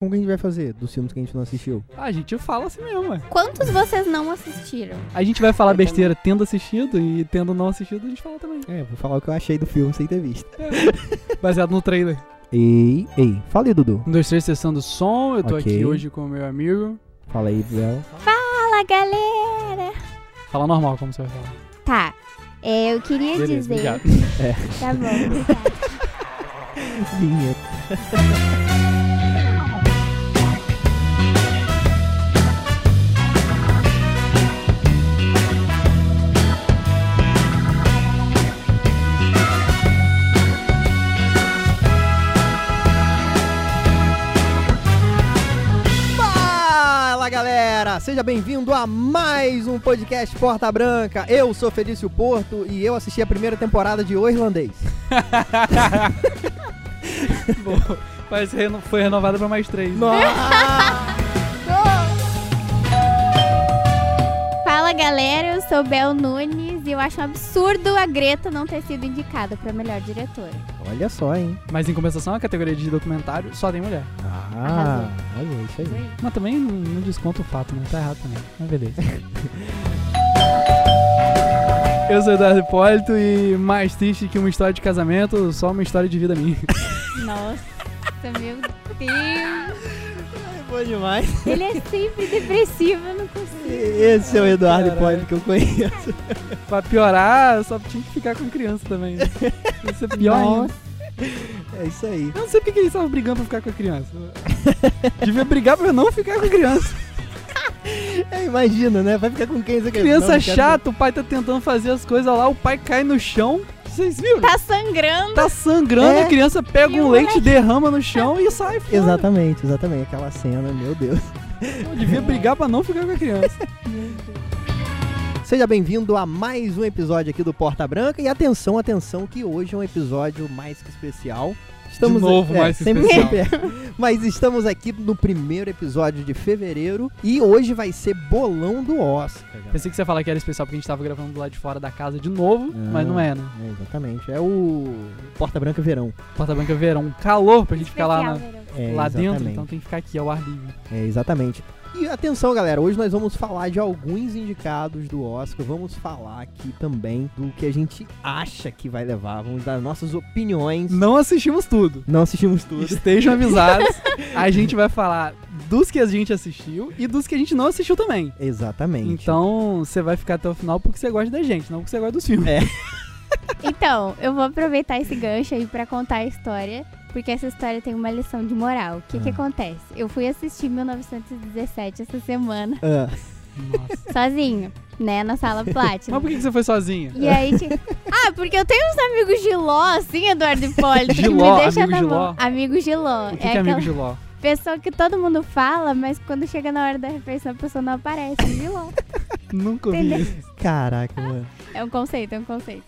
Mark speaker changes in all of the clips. Speaker 1: Como que a gente vai fazer dos filmes que a gente não assistiu?
Speaker 2: Ah, a gente fala assim mesmo, ué.
Speaker 3: Quantos vocês não assistiram?
Speaker 2: A gente vai falar besteira tendo assistido e tendo não assistido, a gente fala também.
Speaker 1: É, vou falar o que eu achei do filme sem ter visto.
Speaker 2: Baseado no trailer.
Speaker 1: Ei, ei. Fala aí, Dudu.
Speaker 2: Um, dois, três, sessão do som. Eu tô
Speaker 1: Ok.
Speaker 2: aqui hoje com o meu amigo.
Speaker 1: Fala aí, Bel.
Speaker 3: Fala, galera!
Speaker 2: Fala normal, como você vai falar.
Speaker 3: Tá, é, eu queria dizer...
Speaker 2: obrigado.
Speaker 3: Tá bom, obrigada.
Speaker 1: Vinheta. Fala, galera! Seja bem-vindo a mais um podcast Porta Branca. Eu sou Felício Porto e eu assisti a primeira temporada de O Irlandês.
Speaker 2: Bom, Mas reno- foi renovada pra mais três.
Speaker 3: Fala, galera, eu sou Bel Nunes e eu acho um absurdo a Greta não ter sido indicada pra melhor diretora.
Speaker 1: Olha só, hein?
Speaker 2: Mas em compensação, a categoria de documentário só tem mulher.
Speaker 1: Ah, olha isso aí.
Speaker 2: Mas também não- não desconta o fato, né? Tá errado também. Mas beleza. Eu sou Eduardo Hipólito e mais triste que uma história de casamento, só uma história de vida minha.
Speaker 3: Nossa, meu Deus!
Speaker 1: Foi É demais.
Speaker 3: Ele é sempre depressivo, eu não consigo.
Speaker 1: Esse é o Eduardo
Speaker 2: Caralho.
Speaker 1: Hipólito que eu conheço.
Speaker 2: Pra piorar, só tinha que ficar com criança também. né? Isso é pior ainda.
Speaker 3: Nossa,
Speaker 1: É isso aí.
Speaker 2: Eu não sei porque eles estavam brigando pra ficar com a criança. Devia brigar pra eu não ficar com a criança.
Speaker 1: É, imagina, né? Vai ficar com quem você quer?
Speaker 2: Criança
Speaker 1: Não, quero-
Speaker 2: chata, o pai tá tentando fazer as coisas lá, o pai cai no chão. Vocês viram?
Speaker 3: tá sangrando.
Speaker 2: Tá sangrando,
Speaker 1: É.
Speaker 2: a criança pega
Speaker 3: E o
Speaker 2: um leite,
Speaker 3: moleque-
Speaker 2: derrama no chão e sai fora.
Speaker 1: Exatamente, exatamente. Aquela cena, meu Deus.
Speaker 2: Eu devia brigar pra não ficar com a criança.
Speaker 1: Seja bem-vindo a mais um episódio aqui do Porta Branca. E atenção, atenção, que hoje é um episódio mais que especial.
Speaker 2: De novo, mais que especial.
Speaker 1: é. Mas estamos aqui no primeiro episódio de fevereiro. E hoje vai ser bolão do Oscar, galera.
Speaker 2: Pensei que você ia falar que era especial porque a gente tava gravando do lado de fora da casa de novo,
Speaker 1: Ah.
Speaker 2: mas não é, né?
Speaker 1: É, exatamente. É o Porta Branca Verão.
Speaker 2: Porta Branca verão, calor pra gente ficar lá, na-
Speaker 3: Especial, verão.
Speaker 1: É,
Speaker 2: lá dentro,
Speaker 1: exatamente.
Speaker 2: então tem que ficar aqui ao ar livre.
Speaker 1: É, exatamente. E atenção, galera, hoje nós vamos falar de alguns indicados do Oscar. Vamos falar aqui também do que a gente acha que vai levar. Vamos dar nossas opiniões.
Speaker 2: Não assistimos tudo.
Speaker 1: Não assistimos tudo.
Speaker 2: Estejam avisados, a gente vai falar dos que a gente assistiu e dos que a gente não assistiu também.
Speaker 1: Exatamente.
Speaker 2: Então você vai ficar até o final porque você gosta da gente, não porque você gosta dos filmes.
Speaker 1: É.
Speaker 3: Então, eu vou aproveitar esse gancho aí pra contar a história, porque essa história tem uma lição de moral. O que que
Speaker 1: Ah.
Speaker 3: acontece? Eu fui assistir 1917 essa semana,
Speaker 1: Ah,
Speaker 2: Nossa.
Speaker 3: sozinho, né, na sala
Speaker 2: Mas
Speaker 3: Platinum.
Speaker 2: por que que você foi sozinha?
Speaker 3: E aí, tipo... Ah, porque eu tenho uns amigos giló, assim, Eduardo Hipólito, que
Speaker 2: Giló,
Speaker 3: me deixa
Speaker 2: amigo
Speaker 3: na
Speaker 2: giló?
Speaker 3: mão. Amigo giló.
Speaker 2: O que, que
Speaker 3: é
Speaker 2: é amigo
Speaker 3: aquela
Speaker 2: de Ló?
Speaker 3: pessoa que todo mundo fala, mas quando chega na hora da refeição a pessoa não aparece. Giló.
Speaker 2: Nunca ouvi
Speaker 3: Entendeu?
Speaker 2: isso.
Speaker 1: caraca, mano.
Speaker 3: É um conceito, é um conceito.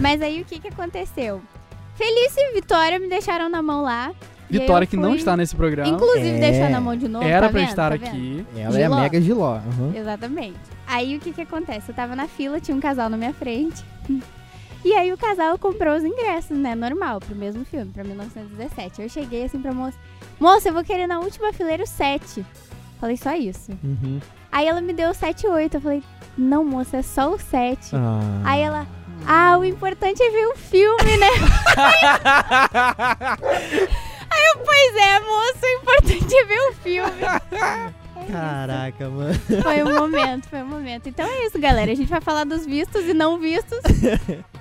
Speaker 3: Mas aí o que que aconteceu? Felício e Vitória me deixaram na mão lá. e aí
Speaker 2: Vitória,
Speaker 3: eu
Speaker 2: que não
Speaker 3: fui-
Speaker 2: está nesse programa,
Speaker 3: Inclusive
Speaker 1: É.
Speaker 3: deixou na mão de novo.
Speaker 2: Então, era
Speaker 3: tá
Speaker 2: pra
Speaker 3: vendo?
Speaker 2: estar
Speaker 3: Tá vendo?
Speaker 2: aqui.
Speaker 1: Ela é
Speaker 3: Giló.
Speaker 1: a mega Giló. aham.
Speaker 3: Exatamente. Aí o que que acontece? Eu tava na fila, tinha um casal na minha frente. E aí o casal comprou os ingressos, né? Normal, pro mesmo filme, pra 1917. Eu cheguei assim pra moça. Moça, eu vou querer na última fileira o 7. Falei só isso.
Speaker 1: Uhum.
Speaker 3: Aí ela me deu o 7 e 8. Eu falei, não, moça, é só o 7.
Speaker 1: Ah.
Speaker 3: Aí ela, ah, o importante é ver o filme, né? Aí eu, pois é, moça, o importante é ver o filme.
Speaker 2: é
Speaker 1: Caraca, mano.
Speaker 3: Foi um momento, foi um momento. Então é isso, galera. A gente vai falar dos vistos e não vistos.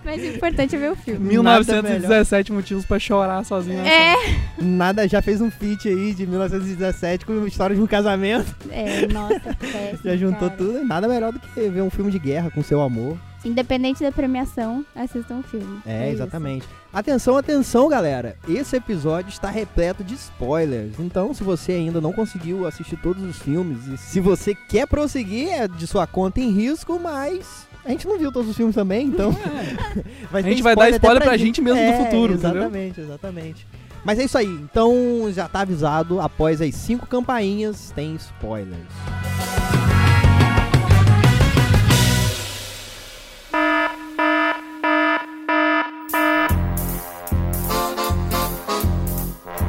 Speaker 3: Mas o importante é ver o filme.
Speaker 2: 1917 motivos pra chorar sozinho. na
Speaker 3: É,
Speaker 1: Nada já fez um feat aí de 1917 com história de um casamento.
Speaker 3: é, nossa, péssimo,
Speaker 1: Já juntou
Speaker 3: cara.
Speaker 1: tudo. Nada melhor do que ver um filme de guerra com seu amor.
Speaker 3: Independente da premiação, assistam o filme.
Speaker 1: É,
Speaker 3: isso.
Speaker 1: exatamente. Atenção, atenção, galera. Esse episódio está repleto de spoilers. Então, se você ainda não conseguiu assistir todos os filmes e se você quer prosseguir, é de sua conta em risco, mas a gente não viu todos os filmes também, então
Speaker 2: A gente vai dar spoiler pra gente mesmo no
Speaker 1: no
Speaker 2: futuro, entendeu?
Speaker 1: É, Exatamente, exatamente. Mas é isso aí. Então, já tá avisado, após as cinco campainhas tem spoilers.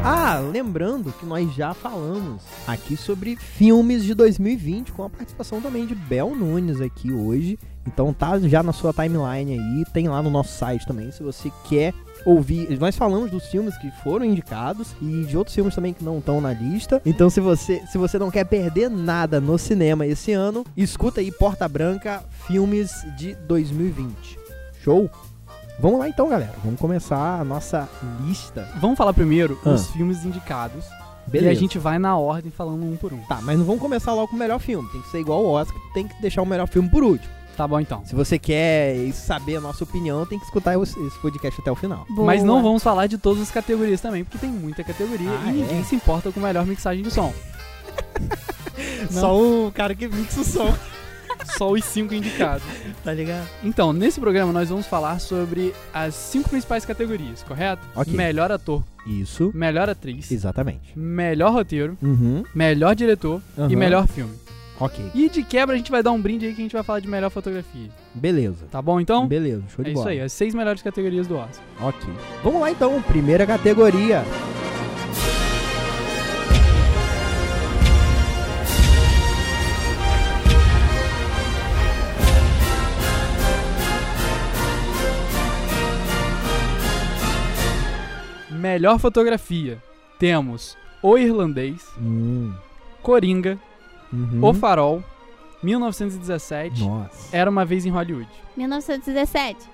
Speaker 1: Ah, lem- Lembrando que nós já falamos aqui sobre filmes de 2020, com a participação também de Bel Nunes aqui hoje. Então tá já na sua timeline aí, tem lá no nosso site também, se você quer ouvir. Nós falamos dos filmes que foram indicados e de outros filmes também que não estão na lista. Então, se você, se você não quer perder nada no cinema esse ano, escuta aí Porta Branca Filmes de 2020. Show? Vamos lá então, galera. Vamos começar a nossa lista.
Speaker 2: Vamos falar primeiro
Speaker 1: Ah.
Speaker 2: os filmes indicados. E a gente vai na ordem falando um por um.
Speaker 1: Tá, mas não vamos começar logo com o melhor filme. Tem que ser igual o Oscar, tem que deixar o melhor filme por último.
Speaker 2: Tá bom então.
Speaker 1: Se você quer saber a nossa opinião, tem que escutar esse esse podcast até o final.
Speaker 3: Boa.
Speaker 2: Mas não vamos falar de todas as categorias também, porque tem muita categoria
Speaker 1: Ah,
Speaker 2: e ninguém
Speaker 1: é?
Speaker 2: se importa com a melhor mixagem de som. Não.
Speaker 1: Só o cara que mixa o som,
Speaker 2: Só os cinco indicados.
Speaker 1: tá ligado?
Speaker 2: Então, nesse programa nós vamos falar sobre as cinco principais categorias, correto?
Speaker 1: Ok.
Speaker 2: Melhor ator,
Speaker 1: Isso,
Speaker 2: melhor atriz,
Speaker 1: exatamente.
Speaker 2: melhor roteiro,
Speaker 1: Uhum.
Speaker 2: melhor diretor e
Speaker 1: Aham.
Speaker 2: melhor filme.
Speaker 1: Ok,
Speaker 2: E de quebra a gente vai dar um brinde aí que a gente vai falar de melhor fotografia.
Speaker 1: beleza.
Speaker 2: Tá bom então?
Speaker 1: Beleza, show
Speaker 2: É
Speaker 1: de
Speaker 2: isso
Speaker 1: bola.
Speaker 2: aí, as seis melhores categorias do Oscar.
Speaker 1: Ok. Vamos lá então, primeira categoria.
Speaker 2: Melhor fotografia. Temos O Irlandês,
Speaker 1: Hum,
Speaker 2: Coringa,
Speaker 1: uhum.
Speaker 2: O Farol, 1917,
Speaker 1: Nossa.
Speaker 2: Era Uma Vez em Hollywood.
Speaker 3: 1917.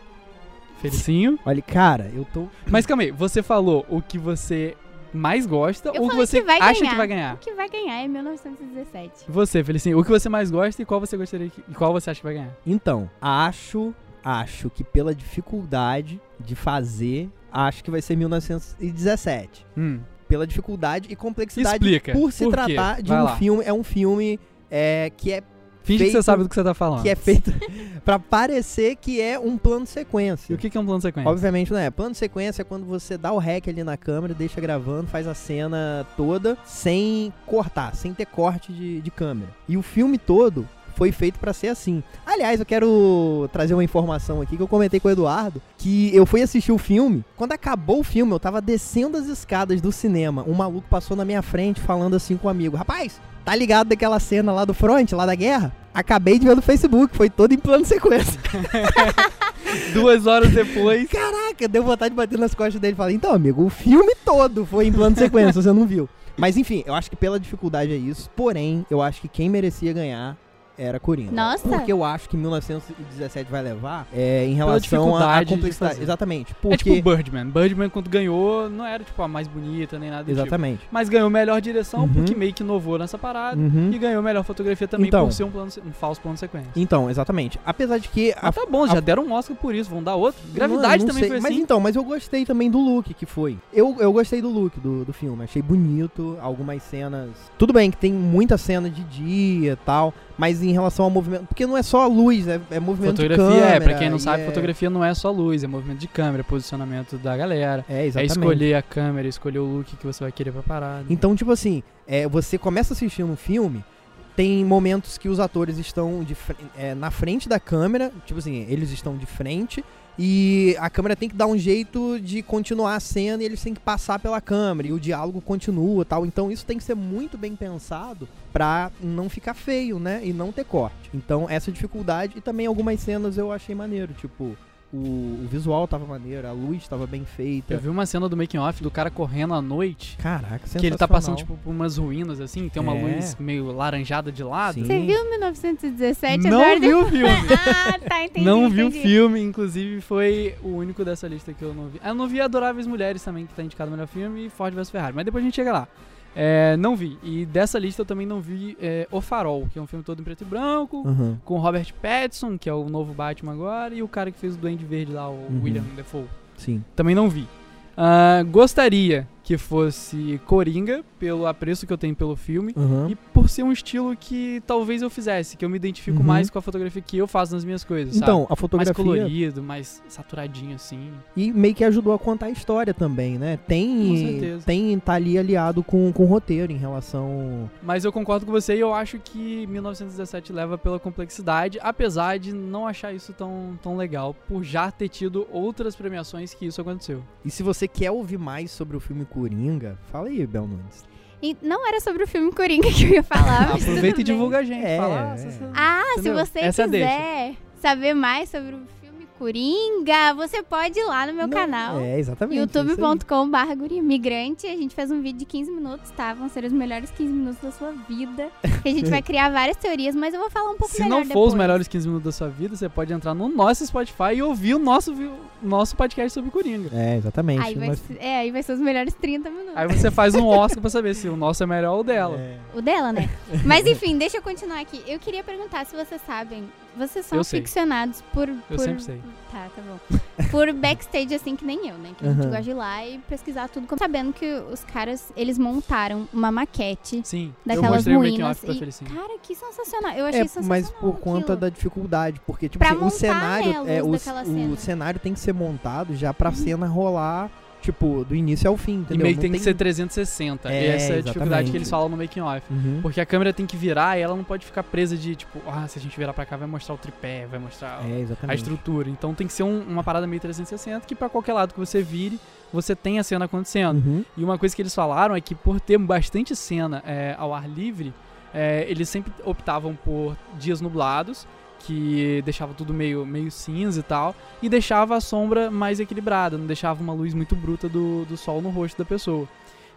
Speaker 2: Felicinho.
Speaker 1: Olha, cara, eu tô.
Speaker 2: Mas calma aí, você falou o que você mais gosta
Speaker 3: Eu
Speaker 2: ou o que
Speaker 3: falei
Speaker 2: você
Speaker 3: que vai
Speaker 2: acha
Speaker 3: ganhar.
Speaker 2: que vai ganhar?
Speaker 3: O que vai ganhar é 1917.
Speaker 2: Você, Felicinho, o que você mais gosta e qual você gostaria que, e qual você acha que vai ganhar?
Speaker 1: Então, acho, acho que pela dificuldade de fazer, acho que vai ser 1917.
Speaker 2: Hum,
Speaker 1: Pela dificuldade e complexidade
Speaker 2: explica.
Speaker 1: por se
Speaker 2: quê?
Speaker 1: tratar de
Speaker 2: Vai
Speaker 1: um
Speaker 2: lá.
Speaker 1: filme, é um filme é, que é
Speaker 2: Finge que
Speaker 1: feito-
Speaker 2: você sabe do que você tá falando.
Speaker 1: que é feito pra parecer que é um plano de sequência.
Speaker 2: E o que que é um plano de sequência?
Speaker 1: Obviamente não é. Plano de sequência é quando você dá o rec ali na câmera, deixa gravando, faz a cena toda sem cortar, sem ter corte de, de câmera. E o filme todo foi feito pra ser assim. Aliás, eu quero trazer uma informação aqui que eu comentei com o Eduardo, que eu fui assistir o filme. Quando acabou o filme, eu tava descendo as escadas do cinema. Um maluco passou na minha frente falando assim com um amigo: Rapaz, tá ligado daquela cena lá do front, lá da guerra? Acabei de ver no Facebook, foi todo em plano de sequência.
Speaker 2: Duas horas depois.
Speaker 1: Caraca, deu vontade de bater nas costas dele e falar: então, amigo, o filme todo foi em plano de sequência, você não viu. Mas enfim, eu acho que pela dificuldade é isso. Porém, eu acho que quem merecia ganhar era Coringa.
Speaker 3: Nossa.
Speaker 1: Porque eu acho que 1917 vai levar é, em
Speaker 2: Pela
Speaker 1: relação à
Speaker 2: dificuldade de
Speaker 1: complexidade.
Speaker 2: fazer.
Speaker 1: Exatamente.
Speaker 2: É
Speaker 1: Porque.
Speaker 2: tipo Birdman. Birdman, quando ganhou, não era tipo a mais bonita nem nada do tipo.
Speaker 1: exatamente.
Speaker 2: Mas ganhou melhor direção
Speaker 1: Uhum.
Speaker 2: porque meio que inovou nessa parada.
Speaker 1: Uhum.
Speaker 2: E ganhou melhor fotografia também
Speaker 1: Então.
Speaker 2: por ser um, plano, se- um falso plano de sequência.
Speaker 1: Então, exatamente. Apesar de que a
Speaker 2: Ah, tá bom, já deram um Oscar por isso, vão dar outro. Gravidade
Speaker 1: Não, não
Speaker 2: também
Speaker 1: sei.
Speaker 2: foi
Speaker 1: Mas
Speaker 2: assim.
Speaker 1: então, mas eu gostei também do look que foi. Eu, eu gostei do look do, do filme. Achei bonito, algumas cenas. Tudo bem que tem muita cena de dia e tal, mas em relação ao movimento. Porque não é só a luz, é, é movimento
Speaker 2: Fotografia
Speaker 1: de câmera.
Speaker 2: é, pra quem não
Speaker 1: e
Speaker 2: sabe,
Speaker 1: é-
Speaker 2: fotografia não é só luz, é movimento de câmera, posicionamento da galera.
Speaker 1: É, exatamente.
Speaker 2: É escolher a câmera, escolher o look que você vai querer pra parada.
Speaker 1: Então, tipo assim, é, você começa assistindo um filme, tem momentos que os atores estão de fre- é, na frente da câmera, tipo assim, eles estão de frente e a câmera tem que dar um jeito de continuar a cena e eles têm que passar pela câmera e o diálogo continua tal. Então isso tem que ser muito bem pensado pra não ficar feio, né? E não ter corte. Então essa dificuldade e também algumas cenas eu achei maneiro, tipo... O, o visual tava maneiro, a luz tava bem feita.
Speaker 2: Eu vi uma cena do making off do cara correndo à noite,
Speaker 1: Caraca, sensacional.
Speaker 2: que ele tá passando tipo por umas ruínas assim, tem uma
Speaker 1: É.
Speaker 2: luz meio laranjada de lado.
Speaker 1: Sim.
Speaker 3: Você viu 1917
Speaker 2: Não
Speaker 3: agora?
Speaker 2: viu o filme.
Speaker 3: Ah, tá, entendi.
Speaker 2: não vi o
Speaker 3: entendi.
Speaker 2: filme, inclusive foi o único dessa lista que eu não vi. Ah, eu não vi Adoráveis Mulheres também, que tá indicado o melhor filme, e Ford vs Ferrari, mas depois a gente chega lá. É, não vi. E dessa lista eu também não vi é, O Farol, que é um filme todo em preto e branco,
Speaker 1: Aham.
Speaker 2: com o Robert Pattinson, que é o novo Batman agora, e o cara que fez o Duende Verde lá, o
Speaker 1: Uhum.
Speaker 2: William Defoe.
Speaker 1: Sim.
Speaker 2: Também não vi. Ah, gostaria que fosse Coringa, pelo apreço que eu tenho pelo filme. E por ser um estilo que talvez eu fizesse, que eu me identifico
Speaker 1: Uhum.
Speaker 2: mais com a fotografia que eu faço nas minhas coisas, sabe?
Speaker 1: Então, a
Speaker 2: mais
Speaker 1: fotografia
Speaker 2: colorido, mais saturadinho assim.
Speaker 1: e meio que ajudou a contar a história também, né?
Speaker 2: Com
Speaker 1: Tem
Speaker 2: certeza.
Speaker 1: tem tá ali aliado com, com o roteiro em relação
Speaker 2: Mas eu concordo com você e eu acho que 1917 leva pela complexidade, apesar de não achar isso tão, tão legal, por já ter tido outras premiações que isso aconteceu.
Speaker 1: E se você quer ouvir mais sobre o filme Cor- Coringa. Fala aí, Bel Nunes.
Speaker 3: E não era sobre o filme Coringa que eu ia falar. mas
Speaker 2: Aproveita e
Speaker 3: tudo bem.
Speaker 2: divulga a gente.
Speaker 1: É,
Speaker 2: fala,
Speaker 1: é.
Speaker 2: "Ah, essa-
Speaker 3: Ah,
Speaker 2: Entendeu?
Speaker 3: se você
Speaker 2: Essa é a deixa.
Speaker 3: quiser saber mais sobre o filme Coringa, você pode ir lá no meu
Speaker 1: Não,
Speaker 3: canal.
Speaker 1: É, exatamente. é isso aí.
Speaker 3: youtube.com.br gurimigrante. A gente fez um vídeo de 15 minutos, tá? Vão ser os melhores 15 minutos da sua vida. Que a gente vai criar várias teorias, mas eu vou falar um pouco
Speaker 2: Se
Speaker 3: melhor
Speaker 2: não for
Speaker 3: depois.
Speaker 2: os melhores 15 minutos da sua vida, você pode entrar no nosso Spotify e ouvir o nosso, vi- nosso podcast sobre Coringa.
Speaker 1: É, exatamente.
Speaker 3: Aí vai,
Speaker 1: Mas-
Speaker 3: ser- é, aí vai ser os melhores 30 minutos.
Speaker 2: Aí você faz um Oscar pra saber se o nosso é melhor ou o dela.
Speaker 1: É.
Speaker 3: O dela, né? Mas enfim, deixa eu continuar aqui. Eu queria perguntar se vocês sabem. Vocês são
Speaker 2: Eu sei.
Speaker 3: ficcionados por.
Speaker 2: Eu
Speaker 3: por-
Speaker 2: sempre sei.
Speaker 3: Tá, tá bom. Por backstage, assim que nem eu, né? Que a gente
Speaker 1: Aham.
Speaker 3: gosta de ir lá e pesquisar tudo. como- Sabendo que os caras, eles montaram uma maquete
Speaker 2: Sim, eu
Speaker 3: daquelas
Speaker 2: mostrei o making
Speaker 3: ruínas.
Speaker 2: off pra
Speaker 3: E,
Speaker 2: Felicinha.
Speaker 3: cara, que sensacional. Eu achei
Speaker 1: É,
Speaker 3: sensacional.
Speaker 1: mas por conta
Speaker 3: aquilo.
Speaker 1: da dificuldade, porque tipo
Speaker 3: Pra
Speaker 1: assim, o
Speaker 3: montar,
Speaker 1: cenário
Speaker 3: né, a
Speaker 1: é
Speaker 3: luz
Speaker 1: o,
Speaker 3: daquela
Speaker 1: o
Speaker 3: cena. Uhum.
Speaker 1: cenário tem que ser montado já pra cena rolar, tipo, do início ao fim,
Speaker 2: E
Speaker 1: entendeu?
Speaker 2: meio que
Speaker 1: Não
Speaker 2: tem que ser 360. e
Speaker 1: É,
Speaker 2: essa é a dificuldade
Speaker 1: exatamente.
Speaker 2: que eles falam no making off.
Speaker 1: Uhum.
Speaker 2: Porque a câmera tem que virar e ela não pode ficar presa de tipo, ah, se a gente virar pra cá vai mostrar o tripé, vai mostrar
Speaker 1: É,
Speaker 2: a
Speaker 1: exatamente.
Speaker 2: estrutura. Então tem que ser um- uma parada meio 360 que pra qualquer lado que você vire, você tem a cena acontecendo.
Speaker 1: Uhum.
Speaker 2: E uma coisa que eles falaram é que por ter bastante cena é, ao ar livre, é, eles sempre optavam por dias nublados, que deixava tudo meio, meio cinza e tal, e deixava a sombra mais equilibrada, não deixava uma luz muito bruta do, do sol no rosto da pessoa.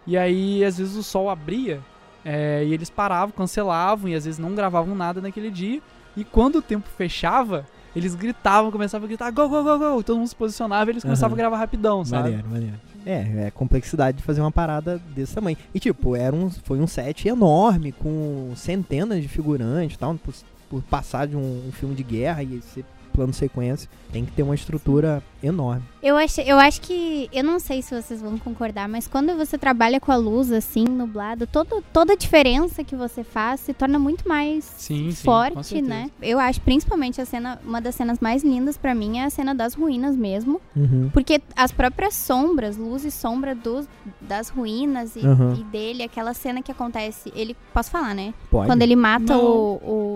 Speaker 2: E aí, às vezes, o sol abria é, e eles paravam, cancelavam, e às vezes não gravavam nada naquele dia. E quando o tempo fechava, eles gritavam, começavam a gritar, gol, gol, gol, gol! Todo mundo se posicionava e eles começavam
Speaker 1: Aham.
Speaker 2: a gravar rapidão, sabe?
Speaker 1: Maneiro, maneiro. É, é a complexidade de fazer uma parada desse tamanho. E tipo, era um, foi um set enorme, com centenas de figurantes e tal, por, por passar de um, um filme de guerra e esse plano sequência, tem que ter uma estrutura enorme.
Speaker 3: Eu, achei, eu acho que. Eu não sei se vocês vão concordar, mas quando você trabalha com a luz assim, nublado, todo, toda a diferença que você faz se torna muito mais
Speaker 2: Sim, sim, com
Speaker 3: forte,
Speaker 2: certeza.
Speaker 3: né? Eu acho principalmente a cena, uma das cenas mais lindas pra mim é a cena das ruínas mesmo,
Speaker 1: Uhum.
Speaker 3: porque as próprias sombras, luz e sombra dos, das ruínas e,
Speaker 1: Aham.
Speaker 3: e dele, aquela cena que acontece, ele posso falar, né?
Speaker 1: Pode.
Speaker 3: Quando ele mata
Speaker 2: Não.
Speaker 3: o,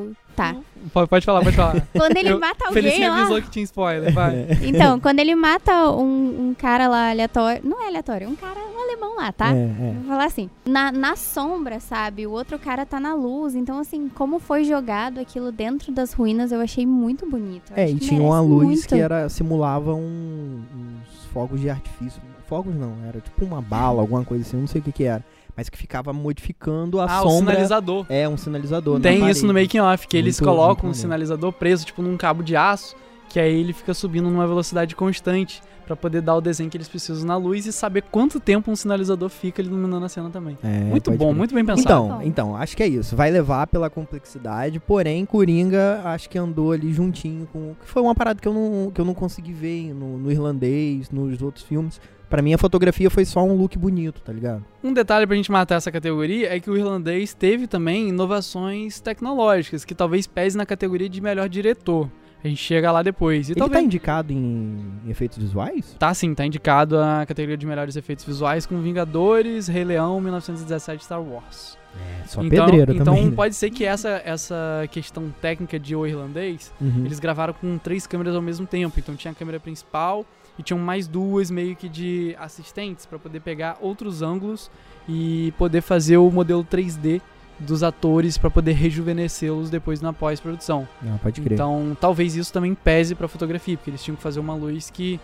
Speaker 3: o- tá.
Speaker 2: Pode, pode falar, pode falar.
Speaker 3: Quando ele
Speaker 2: Eu-
Speaker 3: mata alguém
Speaker 2: Felicinha
Speaker 3: lá,
Speaker 2: avisou que tinha spoiler,
Speaker 1: É.
Speaker 2: vai.
Speaker 3: então, quando ele mata um, um cara lá aleatório, não é aleatório, é um cara, um alemão lá, tá?
Speaker 1: É, é.
Speaker 3: Vou falar assim, na, na sombra, sabe? O outro cara tá na luz. Então, assim, como foi jogado aquilo dentro das ruínas, eu achei muito bonito. Eu
Speaker 1: É,
Speaker 3: acho
Speaker 1: e
Speaker 3: que
Speaker 1: tinha uma
Speaker 3: merece
Speaker 1: luz
Speaker 3: muito.
Speaker 1: que é era simulava um, uns fogos de artifício. Fogos não, era tipo uma bala, alguma coisa assim, eu não sei o que que era. Mas que ficava modificando a
Speaker 2: Ah, o
Speaker 1: sombra.
Speaker 2: sinalizador.
Speaker 1: É, um sinalizador. na
Speaker 2: Tem isso no
Speaker 1: parede.
Speaker 2: making off, que eles
Speaker 1: Muito- né? muito
Speaker 2: colocam um
Speaker 1: maneiro.
Speaker 2: sinalizador preso, tipo, num cabo de aço, que aí ele fica subindo numa velocidade constante pra poder dar o desenho que eles precisam na luz e saber quanto tempo um sinalizador fica iluminando a cena também.
Speaker 1: É,
Speaker 2: muito
Speaker 1: pode
Speaker 2: bom,
Speaker 1: crer.
Speaker 2: muito bem pensado.
Speaker 1: Então,
Speaker 3: Bom.
Speaker 1: então, acho que é isso. Vai levar pela complexidade, porém, Coringa acho que andou ali juntinho com. Que foi uma parada que eu não, que eu não consegui ver no, no irlandês, nos outros filmes. Pra mim, a fotografia foi só um look bonito, tá ligado?
Speaker 2: Um detalhe pra gente matar essa categoria é que o irlandês teve também inovações tecnológicas, que talvez pese na categoria de melhor diretor. A gente chega lá depois. E
Speaker 1: Ele
Speaker 2: talvez
Speaker 1: tá indicado em, em efeitos visuais?
Speaker 2: Tá sim, tá indicado a categoria de melhores efeitos visuais com Vingadores, Rei Leão, 1917 Star Wars.
Speaker 1: É, só
Speaker 2: então,
Speaker 1: pedreiro
Speaker 2: então
Speaker 1: também. né?
Speaker 2: pode ser que essa, essa questão técnica de O Irlandês,
Speaker 1: Uhum.
Speaker 2: eles gravaram com três câmeras ao mesmo tempo. Então tinha a câmera principal e tinham mais duas meio que de assistentes pra poder pegar outros ângulos e poder fazer o modelo 3D dos atores pra poder rejuvenescê-los depois na pós-produção.
Speaker 1: Não, pode crer.
Speaker 2: Então, talvez isso também pese pra fotografia, porque eles tinham que fazer uma luz que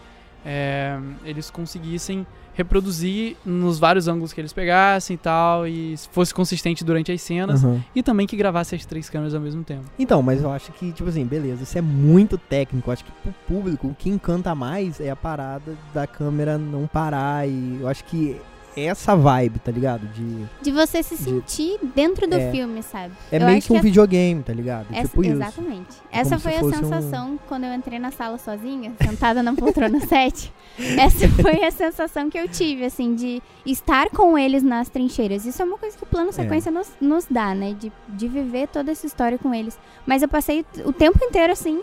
Speaker 2: é, eles conseguissem reproduzir nos vários ângulos que eles pegassem e tal, e fosse consistente durante as cenas,
Speaker 1: Uhum.
Speaker 2: e também que gravasse as três câmeras ao mesmo tempo.
Speaker 1: Então, mas eu acho que, tipo assim, beleza, isso é muito técnico. Eu acho que pro público, o que encanta mais é a parada da câmera não parar. E eu acho que essa vibe, tá ligado? De.
Speaker 3: De você se sentir dentro do
Speaker 1: É.
Speaker 3: filme, sabe?
Speaker 1: É
Speaker 3: Eu
Speaker 1: meio
Speaker 3: acho
Speaker 1: que um
Speaker 3: que a-
Speaker 1: videogame, tá ligado?
Speaker 3: Essa-
Speaker 1: tipo isso.
Speaker 3: exatamente. Essa
Speaker 1: se
Speaker 3: foi a
Speaker 1: fosse um-
Speaker 3: sensação quando eu entrei na sala sozinha, sentada na poltrona 7. Essa foi a sensação que eu tive, assim, de estar com eles nas trincheiras. Isso é uma coisa que o plano sequência nos, nos dá, né? De, de viver toda essa história com eles. Mas eu passei o tempo inteiro, assim,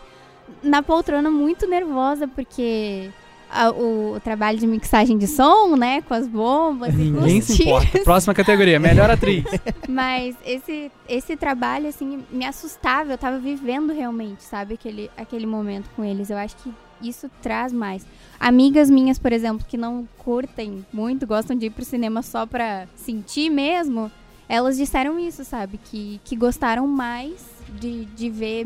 Speaker 3: na poltrona muito nervosa, porque. a- o, o trabalho de mixagem de som, né? Com as bombas e com
Speaker 2: Ninguém
Speaker 3: os
Speaker 2: se
Speaker 3: tiros.
Speaker 2: importa. Próxima categoria, melhor atriz.
Speaker 3: Mas esse, esse trabalho, assim, me assustava. Eu tava vivendo realmente, sabe? Aquele, aquele momento com eles. Eu acho que isso traz mais. Amigas minhas, por exemplo, que não curtem muito, gostam de ir pro cinema só pra sentir mesmo, elas disseram isso, sabe? Que, que gostaram mais de, de ver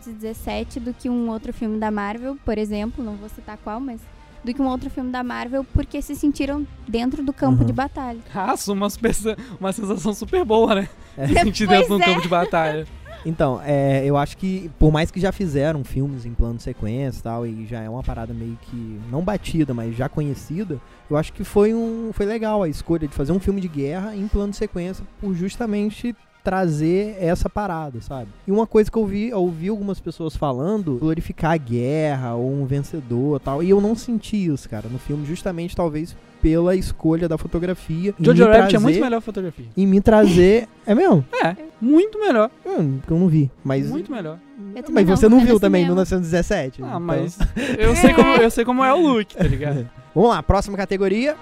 Speaker 3: 1917 do que um outro filme da Marvel, por exemplo, não vou citar qual, mas do que um outro filme da Marvel, porque se sentiram dentro do campo
Speaker 1: Aham.
Speaker 3: de batalha.
Speaker 2: Raço, Ah, uma, super- uma sensação super boa, né?
Speaker 1: É.
Speaker 2: De sentir
Speaker 3: Pois
Speaker 2: dentro de um
Speaker 3: é.
Speaker 2: campo de batalha.
Speaker 1: Então, é, eu acho que, por mais que já fizeram filmes em plano sequência e tal, e já é uma parada meio que, não batida, mas já conhecida, eu acho que foi, um, foi legal a escolha de fazer um filme de guerra em plano sequência, por justamente trazer essa parada, sabe? E uma coisa que eu vi, eu ouvi algumas pessoas falando, glorificar a guerra ou um vencedor e tal, e eu não senti isso, cara, no filme, justamente talvez pela escolha da fotografia. e
Speaker 2: Jojo
Speaker 1: me
Speaker 2: Rabbit é
Speaker 1: trazer-
Speaker 2: muito melhor a fotografia.
Speaker 1: E me trazer. É mesmo?
Speaker 2: Muito melhor.
Speaker 1: Hum, Porque eu não vi. Mas
Speaker 2: Muito melhor.
Speaker 3: Eu também
Speaker 1: mas você
Speaker 3: não
Speaker 1: não
Speaker 3: fui
Speaker 1: viu
Speaker 3: no
Speaker 1: também
Speaker 3: cinema.
Speaker 1: 1917.
Speaker 2: Ah,
Speaker 1: então.
Speaker 2: mas eu sei, como, eu sei como é o look, tá ligado?
Speaker 1: Vamos lá, próxima categoria.